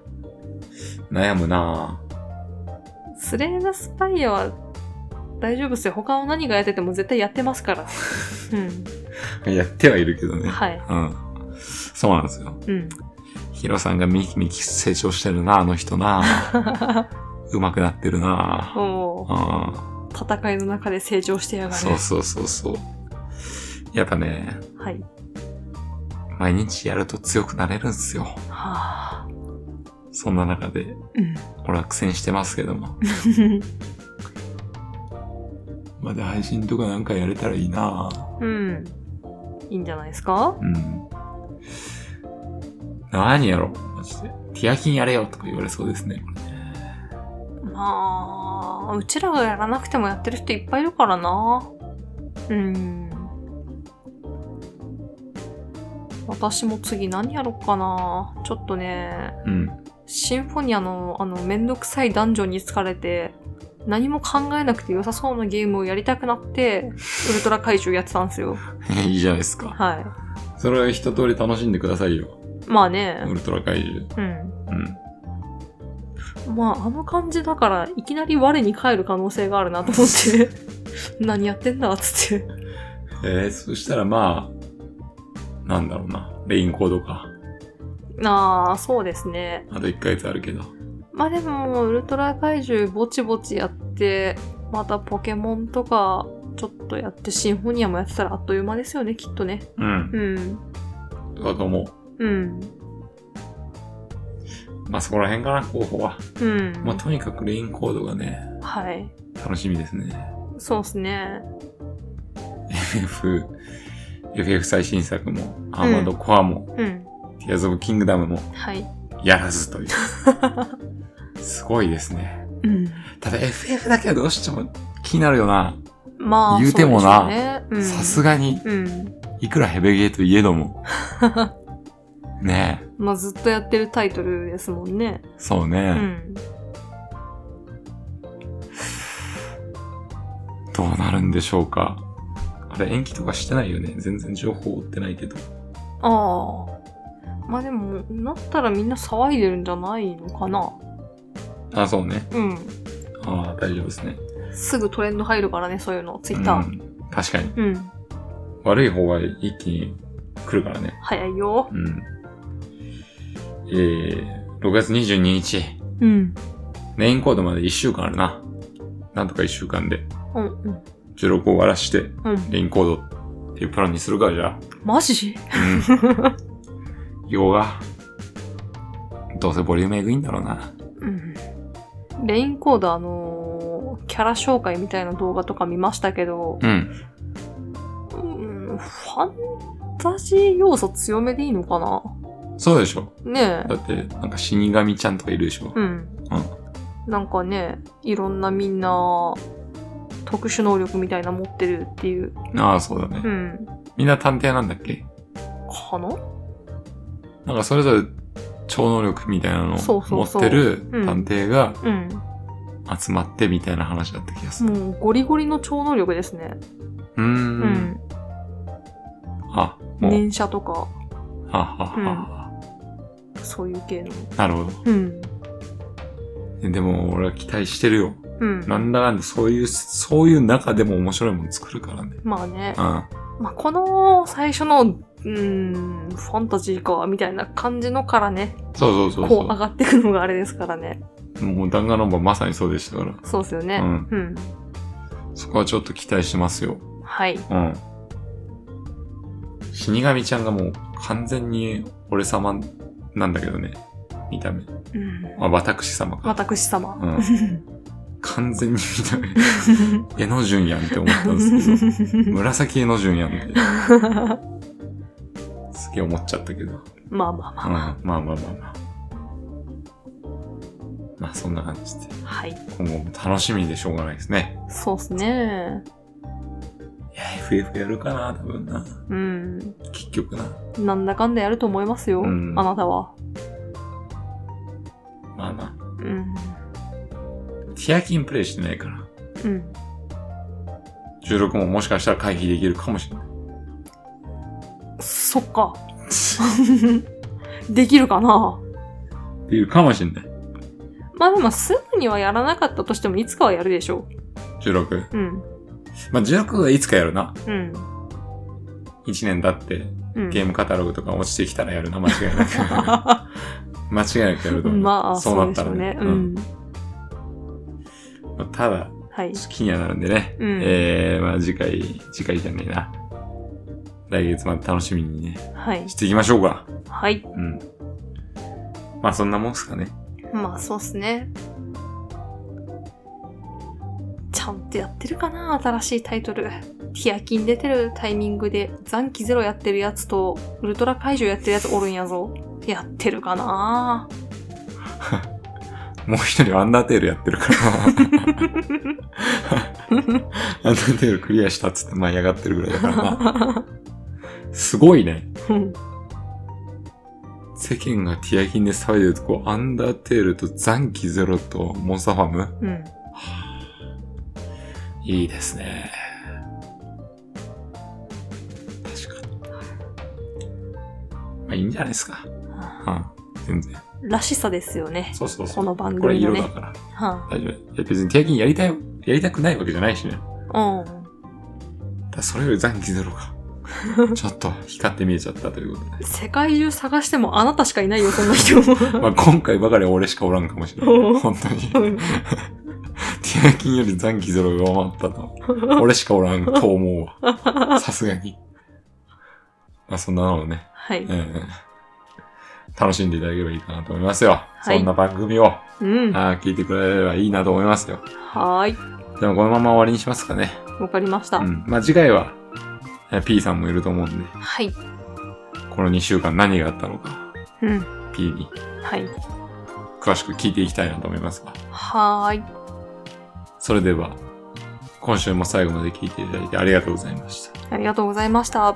Speaker 1: 悩むな
Speaker 2: スレイザースパイアは大丈夫っすよ。他を何がやってても絶対やってます から。う
Speaker 1: やってはいるけどね。
Speaker 2: ん。はい。
Speaker 1: うん。そうなんですよ。
Speaker 2: うん。
Speaker 1: ヒロさんがミキミキ成長してるな、あの人な。上手くなってるな。
Speaker 2: おー
Speaker 1: うん。
Speaker 2: 戦いの中で成長してやがる。
Speaker 1: そうそうそうそう。やっぱね、
Speaker 2: はい。
Speaker 1: 毎日やると強くなれるんすよ。
Speaker 2: はあ。
Speaker 1: そんな中で、
Speaker 2: うん。
Speaker 1: 俺は苦戦してますけども。まだ配信とかなんかやれたらいいな。
Speaker 2: うん。いいんじゃないですか
Speaker 1: うん。何やろマジで。ティアキンやれよとか言われそうですね。これね
Speaker 2: まあ、うちらがやらなくてもやってる人いっぱいいるからな。うん。私も次何やろっかな。ちょっとね、
Speaker 1: うん。
Speaker 2: シンフォニアのあのめんどくさいダンジョンに疲れて、何も考えなくて良さそうなゲームをやりたくなって、ウルトラ怪獣やってたんですよ。
Speaker 1: いいじゃないですか。
Speaker 2: は
Speaker 1: それは一通り楽しんでくださいよ。
Speaker 2: い。まあね
Speaker 1: ウ、ルトラ怪獣。
Speaker 2: うん。
Speaker 1: うん。
Speaker 2: まあ、あの感じだから、いきなり我に返る可能性があるなと思って、 何やってんだっつって。
Speaker 1: えー、そしたらまあ、なんだろうな。レインコードか。
Speaker 2: ああ、そうですね。
Speaker 1: あと1ヶ月あるけど。
Speaker 2: まあでも、ウルトラ怪獣ぼちぼちやって、またポケモンとか、ちょっとやって、シンフォニアもやってたらあっという間ですよね、きっとね。
Speaker 1: うん。
Speaker 2: うん。
Speaker 1: とかと思
Speaker 2: う
Speaker 1: う。
Speaker 2: ん。
Speaker 1: まあそこら辺かな、候補は。
Speaker 2: うん。
Speaker 1: まあとにかくレインコードがね、
Speaker 2: はい。
Speaker 1: 楽しみですね。
Speaker 2: そうですね。
Speaker 1: FF、FF 最新作も、アーマードコアも、
Speaker 2: うん。
Speaker 1: ティアズ・オブ・キングダムも、
Speaker 2: はい。
Speaker 1: やらずという。すごいですね。
Speaker 2: うん。
Speaker 1: ただ FF だけはどうしても気になるよな。
Speaker 2: まあ、
Speaker 1: 言うてもなさ
Speaker 2: さ
Speaker 1: す
Speaker 2: が。
Speaker 1: がに、
Speaker 2: うん。
Speaker 1: いくらヘベゲーといえど も。ね
Speaker 2: まあ、ずっとやってるタイトルですもんね
Speaker 1: え。、そう
Speaker 2: う
Speaker 1: ね、
Speaker 2: ん。
Speaker 1: どうなるんでしょうか。あれ、延期とかしてないよね。全然情報追ってないけど。
Speaker 2: ああ。まあでも、なったらみんな騒いでるんじゃないのかな。
Speaker 1: あ、そうね。
Speaker 2: うん。
Speaker 1: ああ、大丈夫ですね。
Speaker 2: すぐトレンド入るからね、そういうの。ツイッタ
Speaker 1: う
Speaker 2: ー。
Speaker 1: ん。確かに。
Speaker 2: うん。
Speaker 1: 悪い方が一気に来るからね。
Speaker 2: 早いよ。
Speaker 1: うん。えー、6月22日。
Speaker 2: うん。
Speaker 1: メインコードまで1週間あるな。なんとか1週間で。
Speaker 2: うん、うん。
Speaker 1: 収録を終わらして、
Speaker 2: うん。
Speaker 1: レインコードっていうプランにするか、じゃあ。
Speaker 2: マジ
Speaker 1: うん。用が。どうせボリュームエグいんだろうな。
Speaker 2: うん。レインコード、あのーキャラ紹介みたいな動画とか見ましたけど、
Speaker 1: うん。
Speaker 2: うん、ファンタジー要素強めでいいのかな
Speaker 1: そうでしょ。
Speaker 2: ね
Speaker 1: だ
Speaker 2: え。
Speaker 1: って、なんか死神ちゃんとかいるでしょ。
Speaker 2: うん。なんかね、いろんなみんな、特殊能力みたいな持ってるっていう。
Speaker 1: ああ、そうだ
Speaker 2: う
Speaker 1: ね。
Speaker 2: ん。
Speaker 1: みんな探偵なんだっけ
Speaker 2: かな
Speaker 1: なんかそれぞれ超能力みたいなの
Speaker 2: そ
Speaker 1: を
Speaker 2: うそ
Speaker 1: 持
Speaker 2: うそ
Speaker 1: っ
Speaker 2: う
Speaker 1: てる
Speaker 2: うん
Speaker 1: 探偵が
Speaker 2: うん。
Speaker 1: 集まってみたいな話だった気がする。
Speaker 2: もうゴリゴリの超能力ですね。
Speaker 1: うー。
Speaker 2: うん
Speaker 1: ん、
Speaker 2: ん。
Speaker 1: あ、もう、
Speaker 2: 連射とか、
Speaker 1: はあはあはあは
Speaker 2: そういう系の。
Speaker 1: あなるほど。
Speaker 2: うん。
Speaker 1: えでも俺は期待してるよ。
Speaker 2: うん。
Speaker 1: なんだかんだそういう、そういう中でも面白いもの作るからね。
Speaker 2: まあね。
Speaker 1: うん。
Speaker 2: まあこの最初の、うーん、ファンタジーか、みたいな感じのからね、
Speaker 1: そうそうそう
Speaker 2: こう上
Speaker 1: そ
Speaker 2: がってくのがあれですからね。
Speaker 1: う。もう弾丸論破まさにそうでしたから。
Speaker 2: そうですよね。
Speaker 1: うん
Speaker 2: うん。
Speaker 1: そこはちょっと期待してますよ。
Speaker 2: はい。
Speaker 1: うん。死神ちゃんがもう完全に俺様なんだけどね。見た目。
Speaker 2: うん。
Speaker 1: まあ、私様か。
Speaker 2: 私様。
Speaker 1: うん 完全に見た目。絵の順やんって思ったんですけ ど。紫絵の順やんって。すげえ思っちゃったけど。うん。
Speaker 2: まあまあま
Speaker 1: まあまあまあまあ。まあそんな感じで。
Speaker 2: あ。はい。
Speaker 1: 今後も楽しみでしょうがないですね。
Speaker 2: そうっすね。
Speaker 1: いや、FF やるかな、多分な。
Speaker 2: うん。
Speaker 1: 結局な。
Speaker 2: なんだかんだやると思いますよ。
Speaker 1: うん
Speaker 2: あなたは。
Speaker 1: まあまあ。
Speaker 2: うん。
Speaker 1: ティアキンプレイしてないから。
Speaker 2: うん。
Speaker 1: 16ももしかしたら回避できるかもしれない。
Speaker 2: そっ か。できるかな
Speaker 1: できるかもしれない。
Speaker 2: まあでもすぐにはやらなかったとしてもいつかはやるでしょ
Speaker 1: 16。
Speaker 2: う。うん。
Speaker 1: まあ、16はいつかやるな。
Speaker 2: うん。
Speaker 1: 1年経って、
Speaker 2: うん、
Speaker 1: ゲームカタログとか落ちてきたらやるな、間違い なく。間違いなくやると思う。
Speaker 2: まあ、
Speaker 1: そう
Speaker 2: そ
Speaker 1: な
Speaker 2: う
Speaker 1: っ
Speaker 2: でしたょ
Speaker 1: ら
Speaker 2: うね。う
Speaker 1: うん
Speaker 2: ん。
Speaker 1: まあただ、
Speaker 2: はい。
Speaker 1: 好きにはなるんでね。
Speaker 2: うん
Speaker 1: えー、まあ次回、次回じゃねえな。来月まで楽しみにね、
Speaker 2: はい。
Speaker 1: していきましょうか。
Speaker 2: はい。
Speaker 1: うん。まあそんなもんすかね。
Speaker 2: まあ、そうっすね。ちゃんとやってるかな新しいタイトル。ティアキン出てるタイミングで、残機ゼロやってるやつと、ウルトラ怪獣やってるやつおるんやぞ。やってるかな
Speaker 1: もう一人アンダーテールやってるから。 アンダーテールクリアしたっつって舞い上がってるぐらいだからな。すごいね。
Speaker 2: うん
Speaker 1: 世間がティアキンで騒いでるとこ、アンダーテールと残機ゼロとモンスターファーム
Speaker 2: うん。
Speaker 1: いいですね。確かに。まあいいんじゃないですか。うん。全然。
Speaker 2: らしさですよね。
Speaker 1: そうそうそう。
Speaker 2: この番
Speaker 1: これ
Speaker 2: 組の
Speaker 1: 色
Speaker 2: ね
Speaker 1: だ。から。
Speaker 2: は
Speaker 1: 大丈夫。いや別に定期にやりたい、やりたくないわけじゃないしね。
Speaker 2: あ、うん。
Speaker 1: ただそれより残機だろう か。ちょっと光って見えちゃったということで。
Speaker 2: 世界中探してもあなたしかいないよ、そん な人。
Speaker 1: まあ今回ばかりは俺しかおらんかもしれな
Speaker 2: う
Speaker 1: い。
Speaker 2: ん
Speaker 1: 本当に。
Speaker 2: うん
Speaker 1: ティアキンより残機ゾロが上回ったと。俺しかおらんと思うわ。さすがに。まあそんなのをね、
Speaker 2: はい。
Speaker 1: うん楽しんでいただければいいかなと思いますよ。
Speaker 2: はい
Speaker 1: そんな番組を、
Speaker 2: うん。は
Speaker 1: あー聞いてくれればいいなと思いますよ。
Speaker 2: ーい。
Speaker 1: でもこのまま終わりにしますかね。
Speaker 2: わかりました。
Speaker 1: うん。まあ次回は、えー P さんもいると思うんで、
Speaker 2: はい。
Speaker 1: この2週間何があったのか、
Speaker 2: うん。
Speaker 1: P に
Speaker 2: はい。
Speaker 1: 詳しく聞いていきたいなと思いますが。
Speaker 2: はーい。
Speaker 1: それでは、今週も最後まで聞いていただいてありがとうございました。
Speaker 2: ありがとうございました。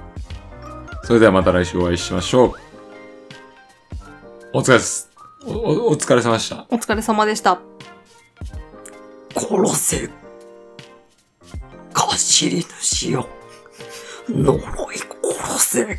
Speaker 1: それではまた来週お会いしましょう。お疲れす。お、おお疲れ様でした。
Speaker 2: お疲れ様でした。
Speaker 3: 殺せ。かしり主よ。呪い殺せ。